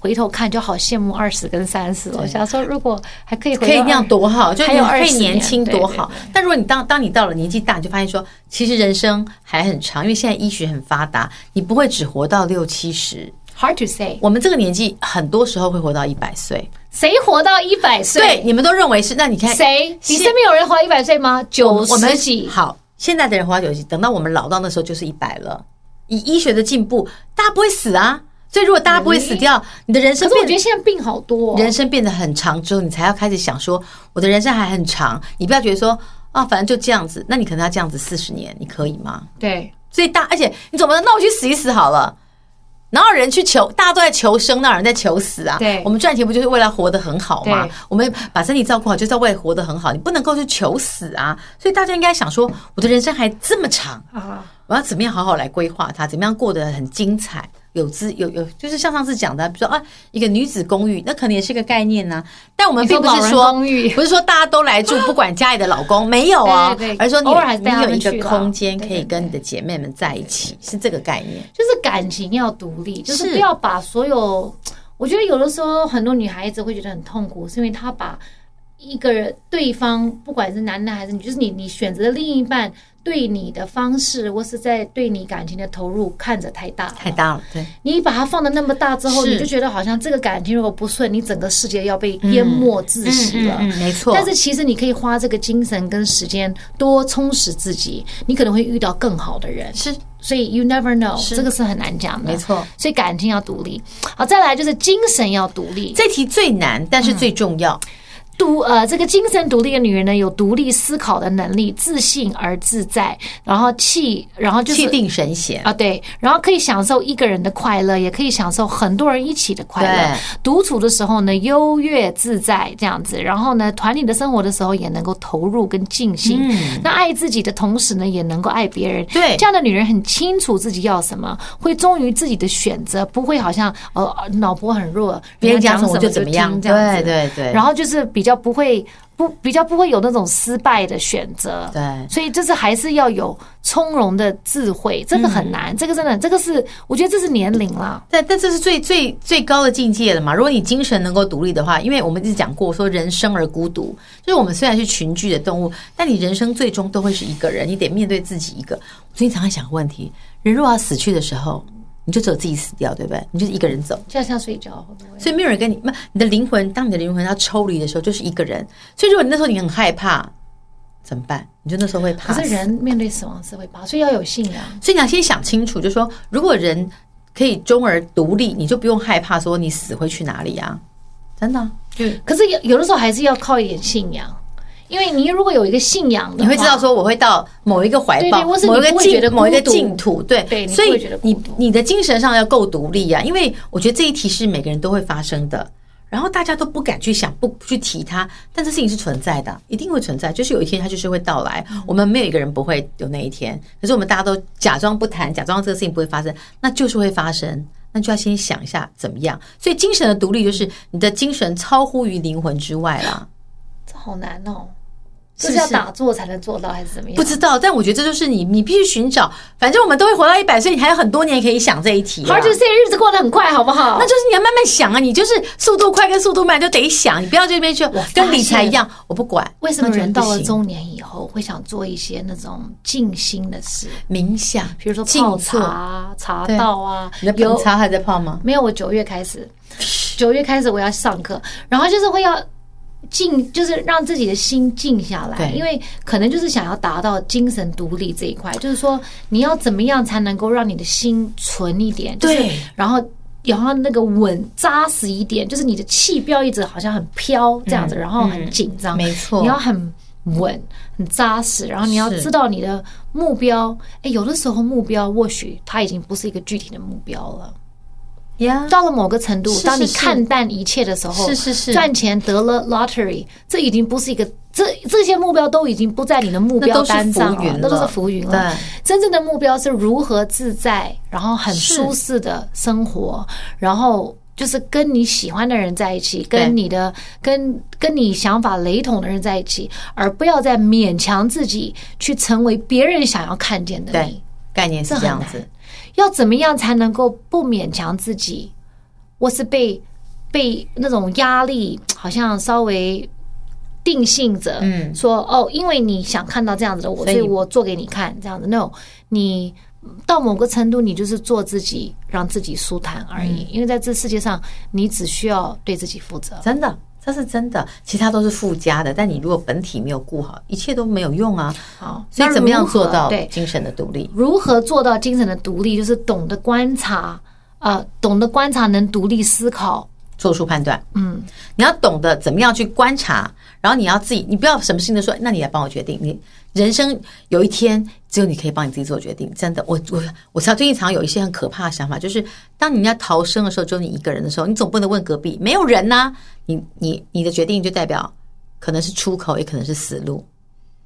S2: 回头看就好羡慕二十跟三十我想说如果还可以回
S1: 可以
S2: 到
S1: 那样
S2: 20
S1: 多好，就是
S2: 还
S1: 你
S2: 有
S1: 可以
S2: 20
S1: 年轻
S2: 年
S1: 多
S2: 对
S1: 好。但如果你当当你到了年纪大，你就发现说，其实人生还很长，因为现在医学很发达，你不会只活到六七十。
S2: ，hard to say，
S1: 我们这个年纪，很多时候会活到一百岁。
S2: 谁活到一百
S1: 对，
S2: 岁？
S1: 你们都认为是。那你看，
S2: 谁？你
S1: 现
S2: 身边有人活到一百岁吗？
S1: 我
S2: 九
S1: 们我们
S2: 十几，
S1: 好，现在的人活到九十几，等到我们老到那时候就是一百了。以医学的进步，大家不会死啊。所以如果大家不会死掉，你的人
S2: 可
S1: 生
S2: 是我
S1: 变
S2: 觉得现在病好多、哦，
S1: 人生变得很长之后，你才要开始想说，我的人生还很长。你不要觉得说啊，反正就这样子，那你可能要这样子四十年，你可以吗？
S2: 对
S1: 所以大，而且你怎么能那我去死一死好了？哪有人去求？大家都在求生，哪有人在求死啊？
S2: 对
S1: 我们赚钱不就是为了活得很好吗
S2: 对？
S1: 我们把身体照顾好，就是要为了活得很好。你不能够去求死啊！所以大家应该想说，我的人生还这么长，
S2: 啊，
S1: 我要怎么样好好来规划它，怎么样过得很精彩，有滋有有，就是像上次讲的，比如说啊，一个女子公寓，那可能也是个概念呐、啊但我们
S2: 你
S1: 并
S2: 说
S1: 不是
S2: 老
S1: 说
S2: 人公寓
S1: 不是说大家都来住，不管家里的老公没有啊，
S2: 对对对
S1: 而是说
S2: 偶尔还是
S1: 你
S2: 带他
S1: 你有
S2: 们
S1: 一个
S2: 去啦
S1: 空间
S2: 对
S1: 可
S2: 对
S1: 以跟你的姐妹们在一起，是这个概念。
S2: 就是感情要独立，就是
S1: 是
S2: 不要把所有。我觉得有的时候很多女孩子会觉得很痛苦，是因为她把一个人对方，不管是男的还是女，就是你你选择的另一半对你的方式，或是在对你感情的投入看着太大，
S1: 太。大了，对，
S2: 你把它放的那么大之后，
S1: 是
S2: 你就觉得好像这个感情如果不顺，你整个世界要被淹没窒息了。
S1: 嗯，没错。
S2: 但是其实你可以花这个精神跟时间多充实自己，你可能会遇到更好的人。
S1: 是
S2: 所以 you never know，
S1: 是
S2: 这个是很难讲的，
S1: 没错。
S2: 所以感情要独立，好，再来就是精神要独立。
S1: 这题最难，但
S2: 嗯
S1: 是最重要。
S2: 独呃，这个精神独立的女人呢，有独立思考的能力，自信而自在，然后气，然后就是
S1: 气定神闲，
S2: 啊，对，然后可以享受一个人的快乐，也可以享受很多人一起的快乐
S1: 对。
S2: 独处的时候呢，优越自在这样子，然后呢，团体的生活的时候也能够投入跟尽兴。那爱自己的同时呢，也能够爱别人。
S1: 嗯对
S2: 这样的女人很清楚自己要什么，会忠于自己的选择，不会好像呃脑波很弱，
S1: 别人
S2: 家
S1: 讲什么
S2: 么
S1: 就怎么样
S2: 听这样
S1: 对
S2: 子。
S1: 对对。
S2: 然后就是比较不会不比较不会有那种失败的选择。
S1: 对
S2: 所以就是还是要有从容的智慧，这个很
S1: 嗯
S2: 难，这个真的，这个是我觉得这是年龄啦。
S1: 但但这是最最最高的境界了嘛？如果你精神能够独立的话，因为我们一直讲过说人生而孤独，就是我们虽然是群居的动物，但你人生最终都会是一个人，你得面对自己一个。我最近常常想个问题：人若要死去的时候，你就只有自己死掉，对不对？你就是一个人走，
S2: 就像睡觉会不会？
S1: 所以没有人跟你，不，你的灵魂，当你的灵魂要抽离的时候，就是一个人。所以如果你那时候你很害怕，怎么办？你就那时候会怕
S2: 可
S1: 死。
S2: 是人面对死亡是会怕，所以要有信仰。
S1: 所以你要先想清楚，就是说，如果人可以终而独立，你就不用害怕说你死会去哪里啊？真的啊、就
S2: 可是有有的时候还是要靠一点信仰，因为你如果有一个信仰的话，
S1: 你会知道说我会到某一个怀
S2: 对对
S1: 抱，
S2: 或是你
S1: 某一个
S2: 不会觉得
S1: 净
S2: 孤独
S1: 某一个净土，对，
S2: 对你不
S1: 所
S2: 会
S1: 以
S2: 觉得孤
S1: 你
S2: 独
S1: 你的精神上要够独立啊，因为我觉得这一题是每个人都会发生的。然后大家都不敢去想，不不去提它，但这事情是存在的，一定会存在。就是有一天它就是会到来，
S2: 嗯
S1: 我们没有一个人不会有那一天。可是我们大家都假装不谈，假装这个事情不会发生，那就是会发生。那就要先想一下怎么样。所以精神的独立就是你的精神超乎于灵魂之外啦。
S2: 这好难哦，
S1: 是
S2: 这
S1: 不
S2: 是
S1: 是
S2: 要打坐才能做到，还是怎么样？
S1: 不知道，但我觉得这就是你，你必须寻找。反正我们都会活到一百岁，你还有很多年可以想这一题、啊。
S2: 好，就是这日子过得很快，好不好？
S1: 那就是你要慢慢想啊，你就是速度快跟速度慢就得想，你不要这边去
S2: 现
S1: 跟理财一样，我不管。
S2: 为什么人到
S1: 那
S2: 了
S1: 就不行
S2: 中年以后会想做一些那种静心的事？
S1: 冥想，
S2: 比如说
S1: 静
S2: 泡茶
S1: 坐，
S2: 啊、茶
S1: 对
S2: 道啊
S1: 你的，
S2: 有
S1: 泡茶还在泡吗？
S2: 没有？我九月开始，九月开始我要上课，然后就是会要静，就是让自己的心静下来，
S1: 对
S2: 因为可能就是想要达到精神独立这一块，就是说你要怎么样才能够让你的心存一点，就是
S1: 对
S2: 然后。然后那个稳扎实一点，就是你的气不要一直好像很飘这样子，然后很紧张，
S1: 嗯没错
S2: 你要很稳、很扎实，然后你要
S1: 是
S2: 知道你的目标。哎，有的时候目标或许它已经不是一个具体的目标了。
S1: 呀，
S2: 到了某个程度，
S1: 是
S2: 当你
S1: 是
S2: 看淡一切的时候，
S1: 是是是
S2: 赚钱得了 lottery，这已经不是一个这这些目标都已经不在你的目
S1: 那
S2: 标
S1: 都是
S2: 单上
S1: 浮云
S2: 那都是
S1: 了
S2: 浮云了
S1: 对。
S2: 真正的目标是如何自在，然后很
S1: 是
S2: 舒适的生活，然后。就是跟你喜欢的人在一起，
S1: 对
S2: 跟你的跟跟你想法雷同的人在一起，而不要再勉强自己去成为别人想要看见的你
S1: 对。，概念是这样子，
S2: 要怎么样才能够不勉强自己，或是被被那种压力好像稍微定性着，嗯，说哦，因为你想看到这样子的我，所
S1: 以
S2: 以我做给你看这样子。no，你到某个程度，你就是做自
S1: 嗯
S2: 己，让自己舒坦而已。因为在这世界上，你只需要对自己负责。
S1: 真的这是真的，其他都是附加的。但你如果本体没有顾好，一切都没有用啊。
S2: 好，
S1: 所以怎么样做
S2: 那如何
S1: 到
S2: 对，
S1: 精神的独立？
S2: 如何做到精神的独立，就是懂得观察，呃，懂得观察能独立思考。
S1: 做出判断，
S2: 嗯，
S1: 你要懂得怎么样去观察，然后你要自己，你不要什么事情都说，那你来帮我决定。你人生有一天，只有你可以帮你自己做决定。真的，我我我常最近常有一些很可怕的想法，就是当你要逃生的时候，只有你一个人的时候，你总不能问隔壁没有人呐、你你你的决定就代表可能是出口，也可能是死路。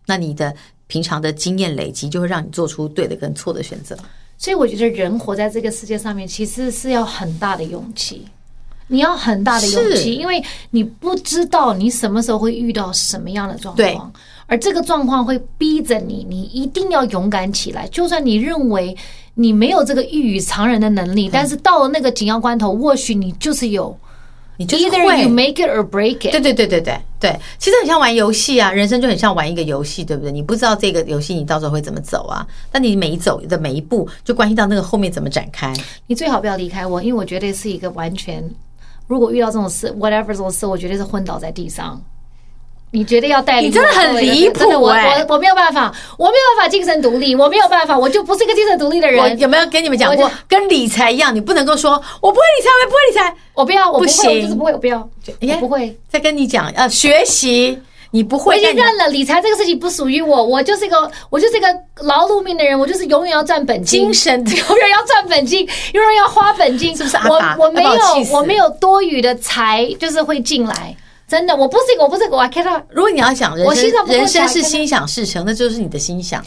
S1: 那你的平常的经验累积，就会让你做出对的跟错的选择。
S2: 所以我觉得人活在这个世界上面，其实是要很大的勇气。你要很大的勇
S1: 是
S2: 气，因为你不知道你什么时候会遇到什么样的状
S1: 对
S2: 况，而这个状况会逼着你，你一定要勇敢起来。就算你认为你没有这个异于常人的能力，但是到了那个紧要关头，或许你就是有。
S1: 你就是
S2: Either
S1: 会
S2: you make it or break it。
S1: 对对对对对对，其实很像玩游戏啊，人生就很像玩一个游戏，对不对？你不知道这个游戏你到时候会怎么走啊，但你每一走的每一步，就关系到那个后面怎么展开。
S2: 你最好不要离开我，因为我绝对是一个完全，如果遇到这种事，whatever 这种事，我绝对是昏倒在地上。你绝对要带领我
S1: 你真的很
S2: 做一个
S1: 离谱
S2: 真的我
S1: 欸
S2: 我我没有办法，我没有办法精神独立，我没有办法，我就不是一个精神独立的
S1: 我
S2: 人。
S1: 有没有跟你们讲
S2: 我
S1: 过
S2: 就，
S1: 跟理财一样，你不能够说我不会理财，我也不会理财。
S2: 我不要，我不
S1: 不
S2: 会，
S1: 行
S2: 我就是不会，我不要，
S1: 你
S2: 我
S1: 看
S2: 不会。
S1: 再跟你讲，呃，学习你不
S2: 我
S1: 会
S2: 已经
S1: 但你
S2: 认了，理财这个事情不属于我，我就是一个，我就是一个劳碌命的人，我就是永远要赚本金
S1: 精，神 的。
S2: 永远要赚本金，永远要花本金，
S1: 是不是阿爸
S2: 我我没有
S1: 要把我气死
S2: 我没有多余的财，就是会进来。真的，我不是一个，我不是一个，我 c a n
S1: 如果你要想人
S2: 我心脏
S1: 生，
S2: 不够
S1: 人生
S2: 强
S1: 是
S2: 真的
S1: 心想事成，那就是你的心想。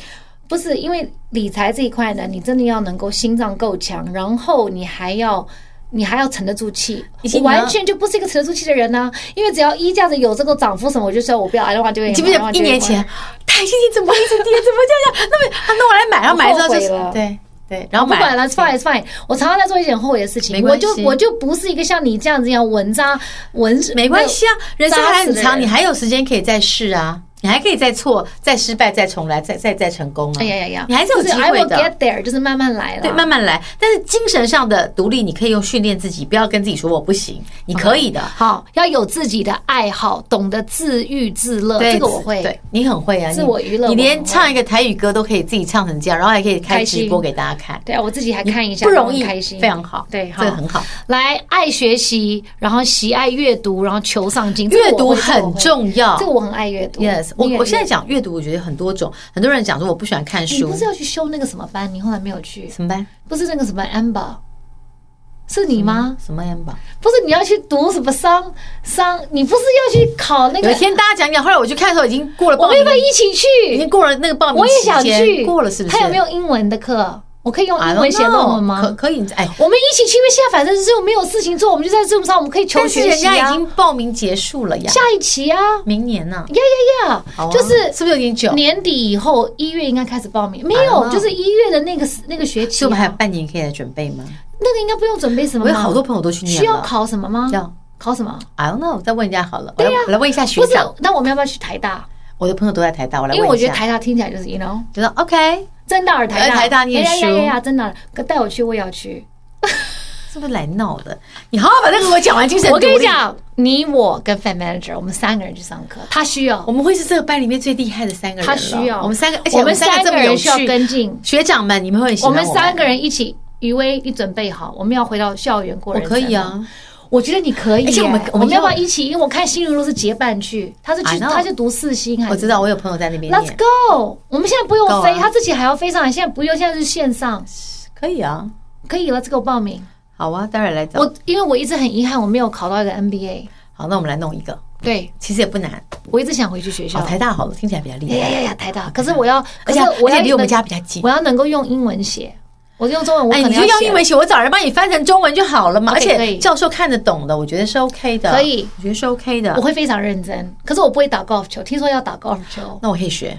S2: 不是因为理财这一块呢，你真的要能够心脏够强，然后你还要。你还要沉得住气
S1: 以，
S2: 我
S1: 及你要
S2: 完全就不是一个沉得住气的人呢、因为只要衣架子有这个涨幅什么，我就说我不要，I don't want to do it。
S1: 你记不记得一年前，台积电怎么会一直跌？怎么这样？那么啊那我来买，然后买的时候就
S2: 我后悔了
S1: 是对对，然后
S2: 不
S1: 买
S2: 管了，it's fine，it's fine。我常常在做一些很后悔的事
S1: 没
S2: 情，我
S1: 关系
S2: 就我就不是一个像你这样子一样文章文，
S1: 没关系啊，人生还很
S2: 扎实的
S1: 长，
S2: 人
S1: 你还有时间可以再试啊，你还可以再错、再失败、再重来、再再再成功啊。
S2: 哎呀呀呀，
S1: 你还是有
S2: 就
S1: 机
S2: I
S1: 会
S2: will
S1: 的。
S2: get 啊 there，就是慢慢来了。
S1: 对，慢慢来。但是精神上的独立，你可以用训练自己，不要跟自己说我不行，你可以的。
S2: 好，要有自己的爱好，懂得自娱自乐，
S1: 对
S2: 哦这个我会。
S1: 对你很会啊，你
S2: 自我娱乐
S1: 你
S2: 我
S1: 连
S2: 很会
S1: 唱一个台语歌都可以自己唱成这样，然后还可以开
S2: 开心
S1: 直播给大家看，
S2: 对啊，我自己还看一下，
S1: 不容易
S2: 我很开心，
S1: 非常好
S2: 对，
S1: 这个很好。
S2: 来，爱学习，然后喜爱阅读，然后求上进。这个
S1: 阅
S2: 我
S1: 读
S2: 会
S1: 很，重要
S2: 这个我会这。个我很爱阅读。
S1: Yes，我
S2: 你也
S1: 我现在讲阅读，我觉得有很多种，很多人讲说我不喜欢看
S2: 你
S1: 书
S2: 不，是要去修那个什么班？你后来没有去？
S1: 怎么办？
S2: 不是那个什么 amber，是你吗？
S1: 什么 amber？
S2: 不是你要去读什么商商？你不是要去考那
S1: 有
S2: 个
S1: 一？天大家讲讲，后来我去看的时候已经过了
S2: 我
S1: 报
S2: 们
S1: 名
S2: 要不要一起
S1: 已
S2: 去
S1: 经？过了那个报名
S2: 我也
S1: 期间，
S2: 想去。
S1: 过了是不是？啊
S2: 他有没有英文的课？我可以用
S1: I don't
S2: 英
S1: know？
S2: 文写论文吗？
S1: 可可以，哎，
S2: 我们一起去，因为现在反正 Zoom 没有事情做，我们就在 Zoom 上，我们可以求
S1: 但是
S2: 学
S1: 人
S2: 习啊。
S1: 家已经报名结束了呀，
S2: 下一期啊，
S1: 明年呢？
S2: 呀呀
S1: 好
S2: 呀，
S1: 啊
S2: 就是
S1: 是不是有点久？
S2: 年底以后一月应该开始报名，没
S1: 好
S2: 有，
S1: 啊
S2: 就是一月的那个那个学期
S1: 所以
S2: 啊、
S1: 我们还有半年可以来准备吗？
S2: 那个应该不用准备什么
S1: 我
S2: 吧。
S1: 有好多朋友都去念
S2: 啊需要
S1: 了。
S2: 考什么吗？
S1: 要
S2: 考什么？
S1: I don't know，再问一下好了。我来我来问一下学
S2: 不是啊
S1: 长，，
S2: 那我们要不要去台大？
S1: 我的朋友都在台大，我来
S2: 因为我
S1: 问一
S2: 觉得
S1: 下。
S2: 台大听起来就是 you know
S1: 觉得 OK，
S2: 真的，台大
S1: 来台大念
S2: 哎呀
S1: 书
S2: 呀呀呀，真的，可带我去我也要去。
S1: 是不是来闹的？你好好把这个给我讲完，精神。
S2: 我跟你，讲，你我跟 fan manager，我们三个人去上课，他需要
S1: 我，们会是这个班里面最厉害的三个人了。
S2: 他需要
S1: 我们三个，而且
S2: 我们
S1: 三个
S2: 三
S1: 这
S2: 个
S1: 么有
S2: 人需要
S1: 趣。
S2: 跟进。
S1: 学长们，你们会很喜
S2: 我
S1: 欢
S2: 们三
S1: 个，
S2: 个人一起，余威，你准备好，我们要回到校园过
S1: 我
S2: 人生。
S1: 可以，啊。
S2: 我觉得你可以耶。哎
S1: 而且我们
S2: 我
S1: 我们
S2: 们要不要
S1: 要
S2: 一起？因为我看心如都是结伴去，他是
S1: I
S2: 去
S1: know
S2: 他是读四星，还
S1: 我知
S2: 道。
S1: 道，我有朋友在那边
S2: Let's
S1: 念，
S2: go！我们现在不用
S1: Go 啊
S2: 飞，他自己还要飞上来，现在不用，现在是线上，
S1: 可以啊，
S2: 可以了。这个我报名，
S1: 好啊，待会儿来找。
S2: 我因为我一直很遗憾，我没有考到一个 NBA。
S1: 好，那我们来弄一个，
S2: 对，
S1: 其实也不难，
S2: 我一直想回去学校
S1: 好。台大好了，听起来比较
S2: 哎
S1: 厉
S2: 呀
S1: 害，
S2: 呀呀，台大！可是我要，
S1: 而
S2: 可是
S1: 且
S2: 我
S1: 而
S2: 要
S1: 且离我们
S2: 能
S1: 家比较近。
S2: 我要能够用英文写，我用中文我
S1: 哎，
S2: 可能
S1: 你就
S2: 要
S1: 用
S2: 写
S1: 英文写，我找人帮你翻成中文就好了嘛。
S2: OK，
S1: 而
S2: 可
S1: 且
S2: 以
S1: 教授看得懂的，我觉得是 OK 的，
S2: 可以，
S1: 我觉得是 OK 的
S2: 我。会非常认真，可是我不会打高尔夫球。听说要打高尔夫球，
S1: 那我可以学。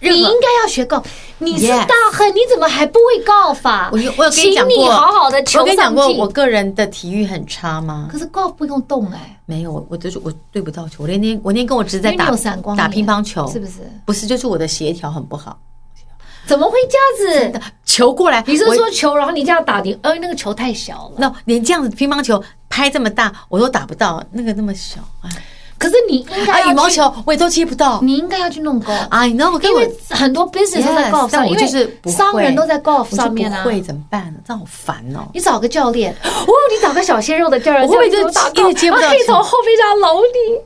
S2: 你应该要学高。你是
S1: Yes
S2: 大亨，你怎么还不会高尔夫啊？
S1: 我有我有跟你讲
S2: 请
S1: 过，
S2: 你好好的
S1: 我
S2: 求
S1: 跟你讲
S2: 上
S1: 过，
S2: 进
S1: 我。个人的体育很差吗？
S2: 可是高尔夫不用动哎，
S1: 没有，我我就是我对不到球，我那天我那天跟我侄子在
S2: 因为你
S1: 打
S2: 有闪光眼
S1: 打乒乓球，
S2: 是不是？
S1: 不是，就是我的协调很不好，
S2: 怎么会这样子？
S1: 球过来，
S2: 你是
S1: 我
S2: 说球，然后你这样打你，呃，那个球太小了。
S1: 那连这样子乒乓球拍这么大，我都打不到，那个那么小，哎，
S2: 可是你应该
S1: 啊，
S2: 要
S1: 羽毛
S2: 去，
S1: 球我也都接不到。啊
S2: 你应该要去弄勾。
S1: I know，
S2: 因
S1: 因
S2: 为
S1: 为
S2: 很多 business 都在 golf
S1: 但
S2: 上，
S1: 我
S2: 因
S1: 就是
S2: 为
S1: 不会
S2: 商人都在 golf
S1: 我就
S2: 上面啊
S1: 不。会怎么办呢？这样好烦哦。
S2: 你找个教练， 哦，你找个小鲜肉的教练，
S1: 我会不会
S2: 这样
S1: 就
S2: 子打
S1: 一直接不
S2: 到
S1: 到
S2: 他可以从后面这样搂你。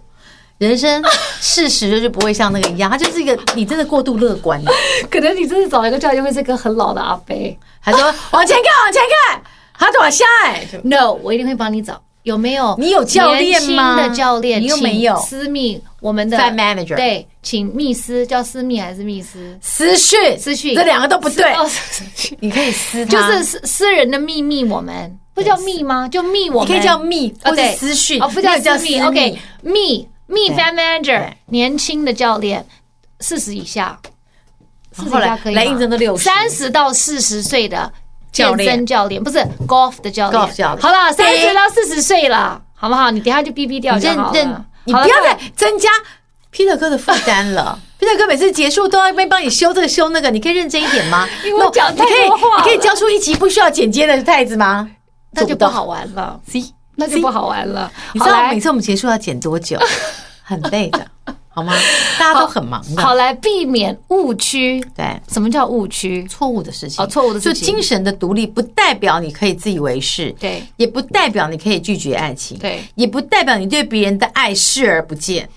S1: 人生事实就是不会像那个一样，它就是一个你真的过度乐 观了， 啊
S2: 可能你真的找一个教练会是个很老的阿伯。
S1: 还说往前看，往前看，还往下哎。就
S2: No，我一定会帮你找。有没有？
S1: 你有教练吗
S2: 的教练，
S1: 你又
S2: 请
S1: 没有
S2: 私密我们的
S1: Fund manager
S2: 对，请密私叫私密还是密私？
S1: 私讯，
S2: 私讯
S1: 这两个都不对，
S2: 哦，私讯
S1: 你可以私
S2: 就
S1: 他，
S2: 是私私人的秘密，我们不叫密吗？就密我
S1: 你
S2: 们，
S1: 可以叫密或
S2: 哦
S1: 者
S2: 对
S1: 私讯，
S2: 哦，不叫
S1: 没有
S2: 私
S1: 叫
S2: 密
S1: 密
S2: ，OK，密密
S1: 对
S2: fan manager
S1: 对
S2: 年轻的教练，四十以下，四十
S1: 哦后
S2: 以
S1: 来
S2: 下可以
S1: 来
S2: 吗
S1: 应征都60
S2: 三十到四十岁的
S1: 教
S2: 健
S1: 练
S2: 身教练，不是 golf 的教练
S1: golf 教练
S2: 好了，三
S1: 对
S2: 十到四十岁了，好不好？你等一下就哔哔掉
S1: 你
S2: 就
S1: 认
S2: 好
S1: 认
S2: 了。，
S1: 你
S2: 好了
S1: 不要
S2: 各位
S1: 再增加皮特哥的负担了。 皮特哥每次结束都要边帮你修这个修那个，你可以认真一点吗？
S2: 因为我
S1: No，
S2: 讲
S1: 你
S2: 太
S1: 可以
S2: 多话
S1: 你可以
S2: 了
S1: 教出一集不需要剪接的带子吗？
S2: 那就
S1: 做
S2: 不
S1: 到
S2: 好。玩了，
S1: See，
S2: 那就
S1: See？
S2: 不好玩了。
S1: 你
S2: 好
S1: 知道
S2: 来
S1: 每次我们结束要剪多 久？很累的，好吗？大家都很忙
S2: 好
S1: 的，
S2: 来避免误区。
S1: 对。
S2: 什么叫误区？
S1: 错误的事情，
S2: 哦错误的事情
S1: 就精神的独立，不代表你可以自以为是，
S2: 对，
S1: 也不代表你可以拒绝爱情，
S2: 对，
S1: 也不代表你对别人的爱视而不见，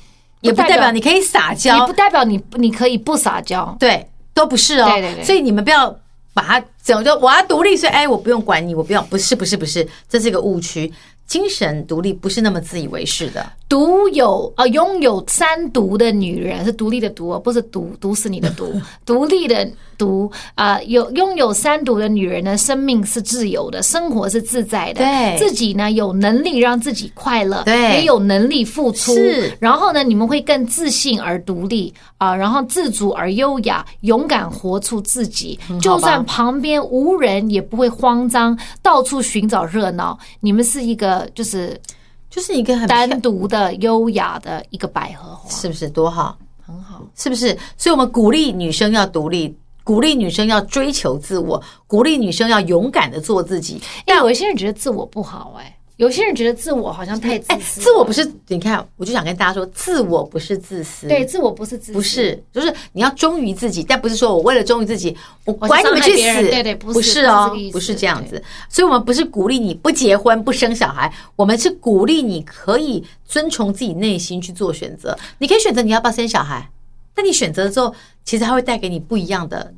S1: 也
S2: 不
S1: 不
S2: 代表
S1: 代表你可以撒娇，
S2: 也不代表你你可以不撒娇。
S1: 对，都不是哦。
S2: 对对对
S1: 所以你们不要把它整个我要独立，所以哎，我不用管你，我不要，不是不是不是，这是一个误区。精神独立不是那么自以为是的，
S2: 独有呃拥有三独的女人是独立的独哦，不是毒毒死你的 毒，独立的独啊、呃有拥有三独的女人呢，生命是自由的，生活是自在的，
S1: 对
S2: 自己呢有能力让自己快乐，
S1: 对
S2: 也有能力付出，
S1: 是
S2: 然后呢，你们会更自信而独立啊、然后自主而优雅，勇敢活出自己，
S1: 嗯
S2: 就算旁边无人也不会慌张，到处寻找热闹，你们是一个就是。
S1: 就是一个很
S2: 单独的、优雅的一个百合 花，
S1: 是不是多好？
S2: 很好。
S1: 是不是？所以我们鼓励女生要独立，鼓励女生要追求自我，鼓励女生要勇敢的做自己。
S2: 但有一些人觉得自我不好、哎，有些人觉得自我好像太自私。
S1: 哎自我不是，你看，我就想跟大家说，自我不是自私，
S2: 对，自我不是自私，
S1: 不是，就是你要忠于自己，但不是说我为了忠于自己，我
S2: 我去
S1: 管你们
S2: 伤害
S1: 去
S2: 别人
S1: 死，
S2: 对对不
S1: 不
S2: 是不是
S1: 是
S2: 这
S1: 哦
S2: 个意，思
S1: 不是这样子。所以，我们不是鼓励你不结婚、不生小孩，我们是鼓励你可以遵从自己内心去做选择。你可以选择你要不要生小孩，但你选择了之后，其实它会带给你不一样的，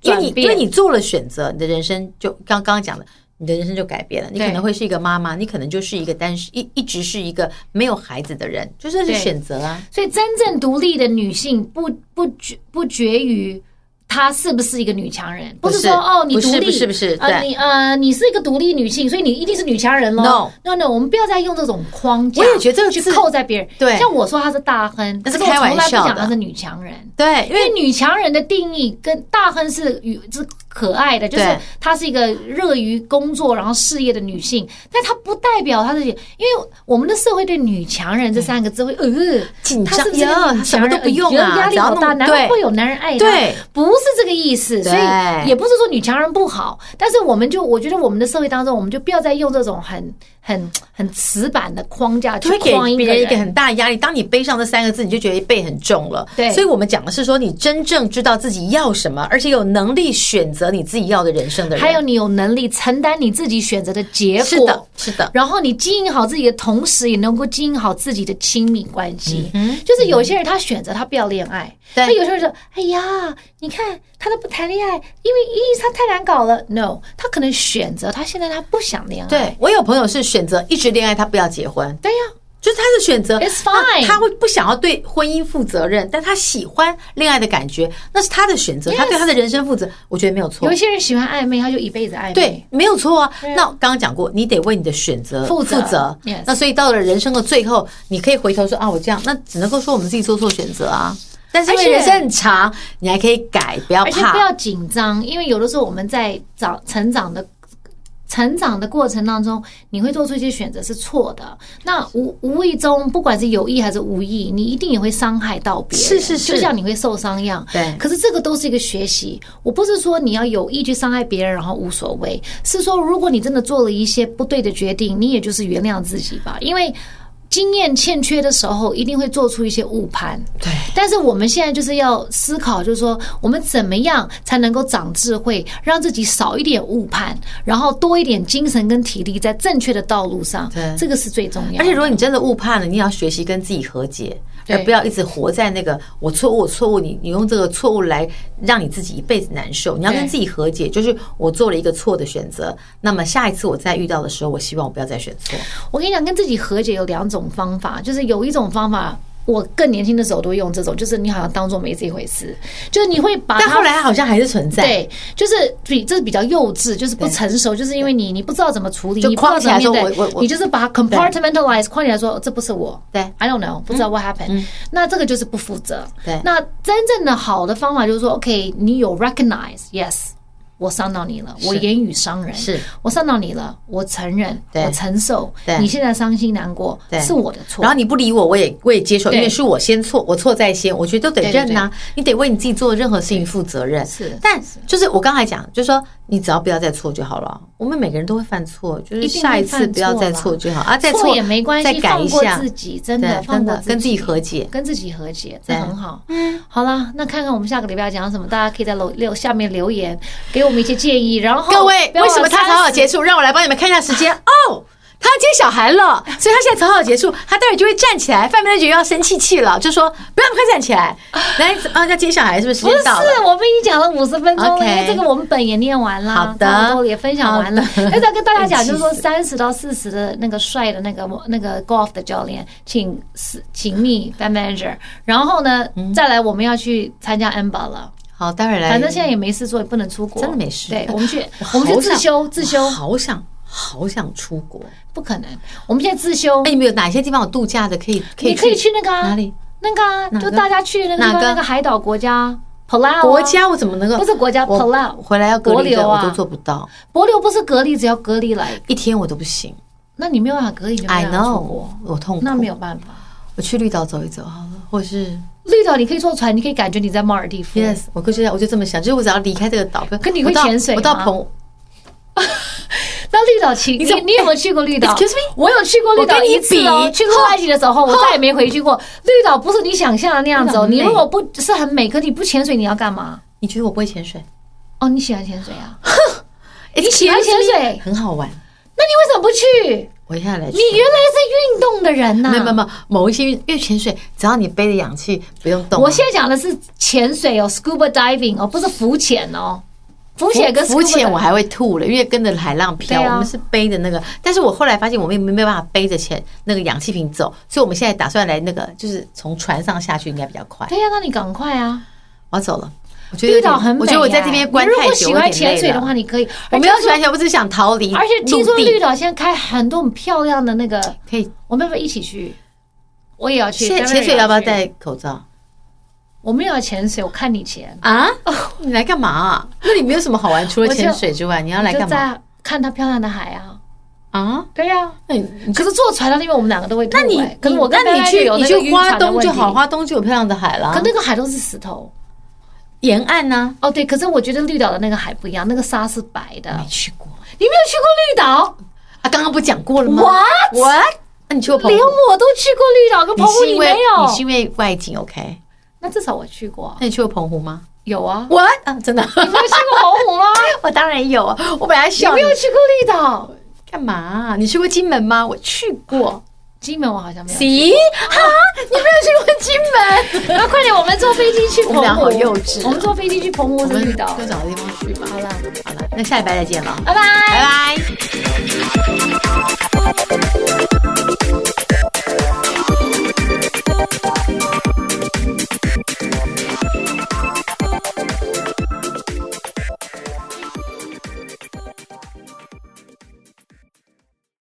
S1: 因为你
S2: 转变
S1: 因为你做了选择，你的人生就刚刚刚讲的。你的人生就改变了，你可
S2: 对
S1: 能会是一个妈妈，你可能就是一个单身一一直是一个没有孩子的人，就是
S2: 对
S1: 选择啊。
S2: 所以真正独立的女性不不决不决于。她是不是一个女强人？不是
S1: 不是
S2: 说哦，你
S1: 不
S2: 独
S1: 是
S2: 立，
S1: 不是不是
S2: 呃，
S1: 对
S2: 你呃，你是一个独立女性，所以你一定是女强人喽。
S1: No
S2: no no，我们不要再用这种框架，
S1: 我也觉得这个
S2: 去
S1: 字
S2: 扣在别人。
S1: 对
S2: 像我说她是大亨，
S1: 那是
S2: 可我
S1: 开玩
S2: 从来不
S1: 笑
S2: 讲
S1: 的
S2: 她是女强人。
S1: 对，因
S2: 因为女强人的定义跟大亨是与是可爱的，就是
S1: 对
S2: 她是一个热于工作然后事业的女性，但她不代表她自己，因为我们的社会对“女强人”这三个字会呃
S1: 紧
S2: 她
S1: 张
S2: 是不是
S1: 哟
S2: 个女
S1: 她什么
S2: 强人
S1: 都不用啊
S2: 呃压力
S1: 只要
S2: 好大，
S1: 弄
S2: 难怪
S1: 对
S2: 会有男人爱她，
S1: 对，
S2: 不是这个意思，所以
S1: 对
S2: 也不是说女强人不好，但是我们就我觉得我们的社会当中，我们就不要再用这种很很很死板的框架去
S1: 会给
S2: 框一
S1: 别
S2: 个
S1: 人一个
S2: 人。
S1: 很大的压力。当你背上这三个字，你就觉得背很重了。
S2: 对
S1: 所以我们讲的是说，你真正知道自己要什么，而且有能力选择你自己要的人生的人。
S2: 还有，你有能力承担你自己选择的结果，
S1: 是的，是的，
S2: 然后你经营好自己的同时，也能够经营好自己的亲密关系。就是有些人他选择他不要恋爱，
S1: 嗯对
S2: 他有些人说：“哎呀，你看他都不谈恋爱，因为一他太难搞了。”No，他可能选择他现在他不想恋爱。
S1: 对我有朋友是选择一直恋爱，他不要结婚，
S2: 对呀、
S1: 就是他的选择。
S2: It's
S1: 他
S2: fine
S1: 他会不想要对婚姻负责任，但他喜欢恋爱的感觉，那是他的选择，他对他的人生负责，我觉得没有错
S2: 有一。些人喜欢暧昧，他就一辈子暧昧。
S1: 对，没有错啊。
S2: 对啊
S1: 那刚刚讲过，你得为你的选择
S2: 负责
S1: 责。
S2: Yes
S1: 那所以到了人生的最后，你可以回头说啊，我这样，那只能够说我们自己做错选择啊。但是因
S2: 而且
S1: 为人生很长，你还可以改，不要
S2: 而且不
S1: 怕。
S2: 要紧张，因为有的时候我们在长成长的。成长的过程当中，你会做出一些选择是错的。那无无意中，不管是有意还是无意，你一定也会伤害到别人，
S1: 是是是
S2: 就像你会受伤一样。
S1: 对
S2: 可是这个都是一个学习。我不是说你要有意去伤害别人，然后无所谓，是说如果你真的做了一些不对的决定，你也就是原谅自己吧，因为经验欠缺的时候，一定会做出一些误判。
S1: 对，
S2: 但是我们现在就是要思考，就是说我们怎么样才能够长智慧，让自己少一点误判，然后多一点精神跟体力在正确的道路上
S1: 对，
S2: 这个是最重要。
S1: 而且如果你真的误判了，你也要学习跟自己和解，
S2: 对
S1: 而不要一直活在那个我错误，我错误，你你用这个错误来让你自己一辈子难受。你要跟
S2: 对
S1: 自己和解，就是我做了一个错的选择，那么下一次我再遇到的时候，我希望我不要再选错。
S2: 我跟你讲，跟自己和解有两种方法，就是有一种方法。我更年轻的时候都会用这种，就是你好像当做没这一回事，就是你会把
S1: 但
S2: 它
S1: 后来好像还是存在，
S2: 对，就是比这是比较幼稚，就是不成熟，就是因为你你不知道怎么处理，
S1: 就
S2: 你不知道
S1: 框起
S2: 怎么
S1: 来
S2: 面
S1: 说我我
S2: 对，
S1: 我
S2: 你就是把它 compartmentalize 框起来说这不是我，
S1: 对
S2: ，I don't know，不知道 what happened，、那这个就是不负责。
S1: 嗯对
S2: 那真正的好的方法就是说，OK，你有 recognize，yes。我伤到你了，我言语伤人，
S1: 是
S2: 我伤到你了，我承认，
S1: 对
S2: 我承受，
S1: 对
S2: 你现在伤心难过
S1: 对
S2: 是我的错
S1: 然，后你不理我，我也我也接受，
S2: 对
S1: 因为是我先错，我错在先，我觉得都得
S2: 对对
S1: 认呐、啊你得为你自己做的任何事情负责任。
S2: 是
S1: 但就是我刚才讲，就是说你只要不要再错就好了。我们每个人都会犯错，就
S2: 一
S1: 是
S2: 定会
S1: 下一次
S2: 犯
S1: 不要
S2: 错
S1: 再
S2: 啦
S1: 错就好啊，再
S2: 错也没关
S1: 再
S2: 系，
S1: 改
S2: 放
S1: 一
S2: 过
S1: 下
S2: 自，己，真
S1: 对
S2: 的，放
S1: 真
S2: 过
S1: 的跟自己和解。
S2: 跟自己和解，这
S1: 对
S2: 很好。嗯，好啦，那看看我们下个礼拜要讲什么，大家可以在楼留下面留言，给我们一些建议。然后
S1: 各位，
S2: 哦不要
S1: 为什么他
S2: 忘了
S1: 草
S2: 30
S1: 草结束？让我来帮你们看一下时 间哦。他接小孩了，所以他现在草草结束，他待会就会站起来，范冰冰就要生气气了，就说不要那么快站起来，来啊要接小孩是不是时
S2: 不
S1: 间到了
S2: 是，？我们已经讲了五十分钟了
S1: OK
S2: 因为这个我们本也念完啦，
S1: 好的
S2: 差不多也分享完了。
S1: 好的哎
S2: 那再跟大家讲，就是说
S1: 很气
S2: 三十到四十的那个帅的那个那个 golf 的教练，请私请密 band manager。然后呢，
S1: 嗯
S2: 再来我们要去参加 amber 了，
S1: 好，待会来。
S2: 反正现在也没事做，也不能出国，
S1: 哎真的没事
S2: 对，我们去
S1: 我
S2: 我们
S1: 好
S2: 去自
S1: 想
S2: 修自 修
S1: 我，好想好想出国。
S2: 不可能，我们现在自修
S1: 哎，。你们有哪些地方有度假的可以可以
S2: 你可以去那个、啊、
S1: 哪里？
S2: 那个、啊，
S1: 哪
S2: 就
S1: 个
S2: 大家去那个地
S1: 哪
S2: 方
S1: 个
S2: 那个海岛国家 Palau 啊
S1: 国家我怎么能够
S2: 不是国家
S1: 我
S2: Palau
S1: 回来要隔
S2: 国
S1: 离
S2: 流
S1: 的我
S2: 啊
S1: 都做不到，
S2: 帛流不是隔离，只要隔离来，
S1: 一天我都不行。
S2: 那你没有办法隔离就没
S1: I
S2: 办法出
S1: know，
S2: 国，
S1: 我痛苦。
S2: 那没，有办法。
S1: 我去绿岛走一走好了，或是
S2: 绿岛你可以坐船，你可以感觉你在马尔地夫。
S1: yes，我就这样，我就这么想，就是我只要离开这个岛，不
S2: 可你
S1: 我
S2: 会
S1: 到
S2: 潜水
S1: 我到
S2: 吗
S1: 澎
S2: 那绿岛去，你
S1: 怎么
S2: 你有没有去过绿岛
S1: Excuse me？
S2: 我有去过绿岛
S1: 我跟你
S2: 一次哦，
S1: 比
S2: 去过埃及的时候，我再也没回去过。绿岛不是你想象的那样子哦。
S1: 绿岛很美
S2: 你如果不是很美，可你不潜水，你要干嘛？
S1: 你觉得我不会潜水？
S2: 哦，你喜欢潜水 啊？
S1: 你
S2: 喜欢潜水
S1: 很好玩，
S2: 那你为什么不去？
S1: 我现在来
S2: 你原来是运动的人呐、
S1: 没有没有没有，某一些运因为潜水，只要你背着氧气，不用动啊。
S2: 我现在讲的是潜水哦，scuba diving 哦，不是浮潜哦，浮
S1: 浮
S2: 潜跟 scuba
S1: 浮潜
S2: diving
S1: 我还会吐了，因为跟着海浪飘。
S2: 对啊
S1: 我们是背着那个，但是我后来发现我们也没没办法背着钱那个氧气瓶走，所以我们现在打算来那个，就是从船上下去应该比较快。
S2: 对呀、那你赶快啊！
S1: 我要走了，我觉得有
S2: 绿
S1: 点
S2: 岛很美、啊，
S1: 我觉得我在这边关
S2: 你如
S1: 太
S2: 果
S1: 久，
S2: 喜
S1: 我有
S2: 欢
S1: 点
S2: 潜水
S1: 累
S2: 的话，
S1: 了。哎
S2: 你可以。
S1: 我没有喜欢
S2: 而且
S1: 潜水，我只是想逃离。
S2: 听说，而且听说
S1: 陆地
S2: 绿岛现在开很多很漂亮的那个，
S1: 可以，
S2: 我们要不要一起去？我也要去。
S1: 现在
S2: Darren
S1: 潜水要不要
S2: 去？
S1: 戴口罩
S2: 我没有要潜水，我看你潜，
S1: 啊？你来干嘛、啊？那里没有什么好玩，除了
S2: 我就
S1: 潜水之外，你要来
S2: 就
S1: 干嘛
S2: 在看它漂亮的海啊。
S1: 啊？
S2: 对呀、
S1: 那你你
S2: 可是坐船到那边，我们两个都会吐、
S1: 那你
S2: 哎可是我跟
S1: 那你
S2: Darren
S1: 去
S2: 有
S1: 你
S2: 那个
S1: 去
S2: 晕
S1: 花
S2: 船的
S1: 东
S2: 问
S1: 就
S2: 题。
S1: 好，花东就啊有漂亮的海啦
S2: 可。那个海都是石头。
S1: 沿岸呢？
S2: 哦，对，可是我觉得绿岛的那个海不一样，那个沙是白的。
S1: 没去过。
S2: 你没有去过绿岛？
S1: 啊，刚刚不讲过了吗
S2: What？
S1: What？那你去过澎湖
S2: 连？我都去过绿岛，跟澎湖
S1: 是
S2: 你
S1: 因
S2: 没
S1: 为
S2: 有？
S1: 你是因为外景 OK？
S2: 那至少我去过，
S1: 那你去过澎湖吗
S2: 有啊。
S1: ？What？啊，真的？
S2: 你没有去过澎 湖吗？
S1: 我当然有啊，我本来
S2: 你
S1: 笑
S2: 没
S1: 你
S2: 有去过绿岛？
S1: 干嘛啊？你去过金门吗？我去过。
S2: 金门我好像没有。
S1: 行哈，你没有去过金门？
S2: 那快点，我们坐飞机去澎
S1: 我们俩
S2: 湖。
S1: 好幼稚哦
S2: 啊我们坐飞机去澎湖
S1: 我
S2: 是
S1: 们
S2: 绿岛。
S1: 多找个地方去吧。
S2: 好了，
S1: 好了，那下礼拜再见了，
S2: 拜拜。
S1: 拜拜。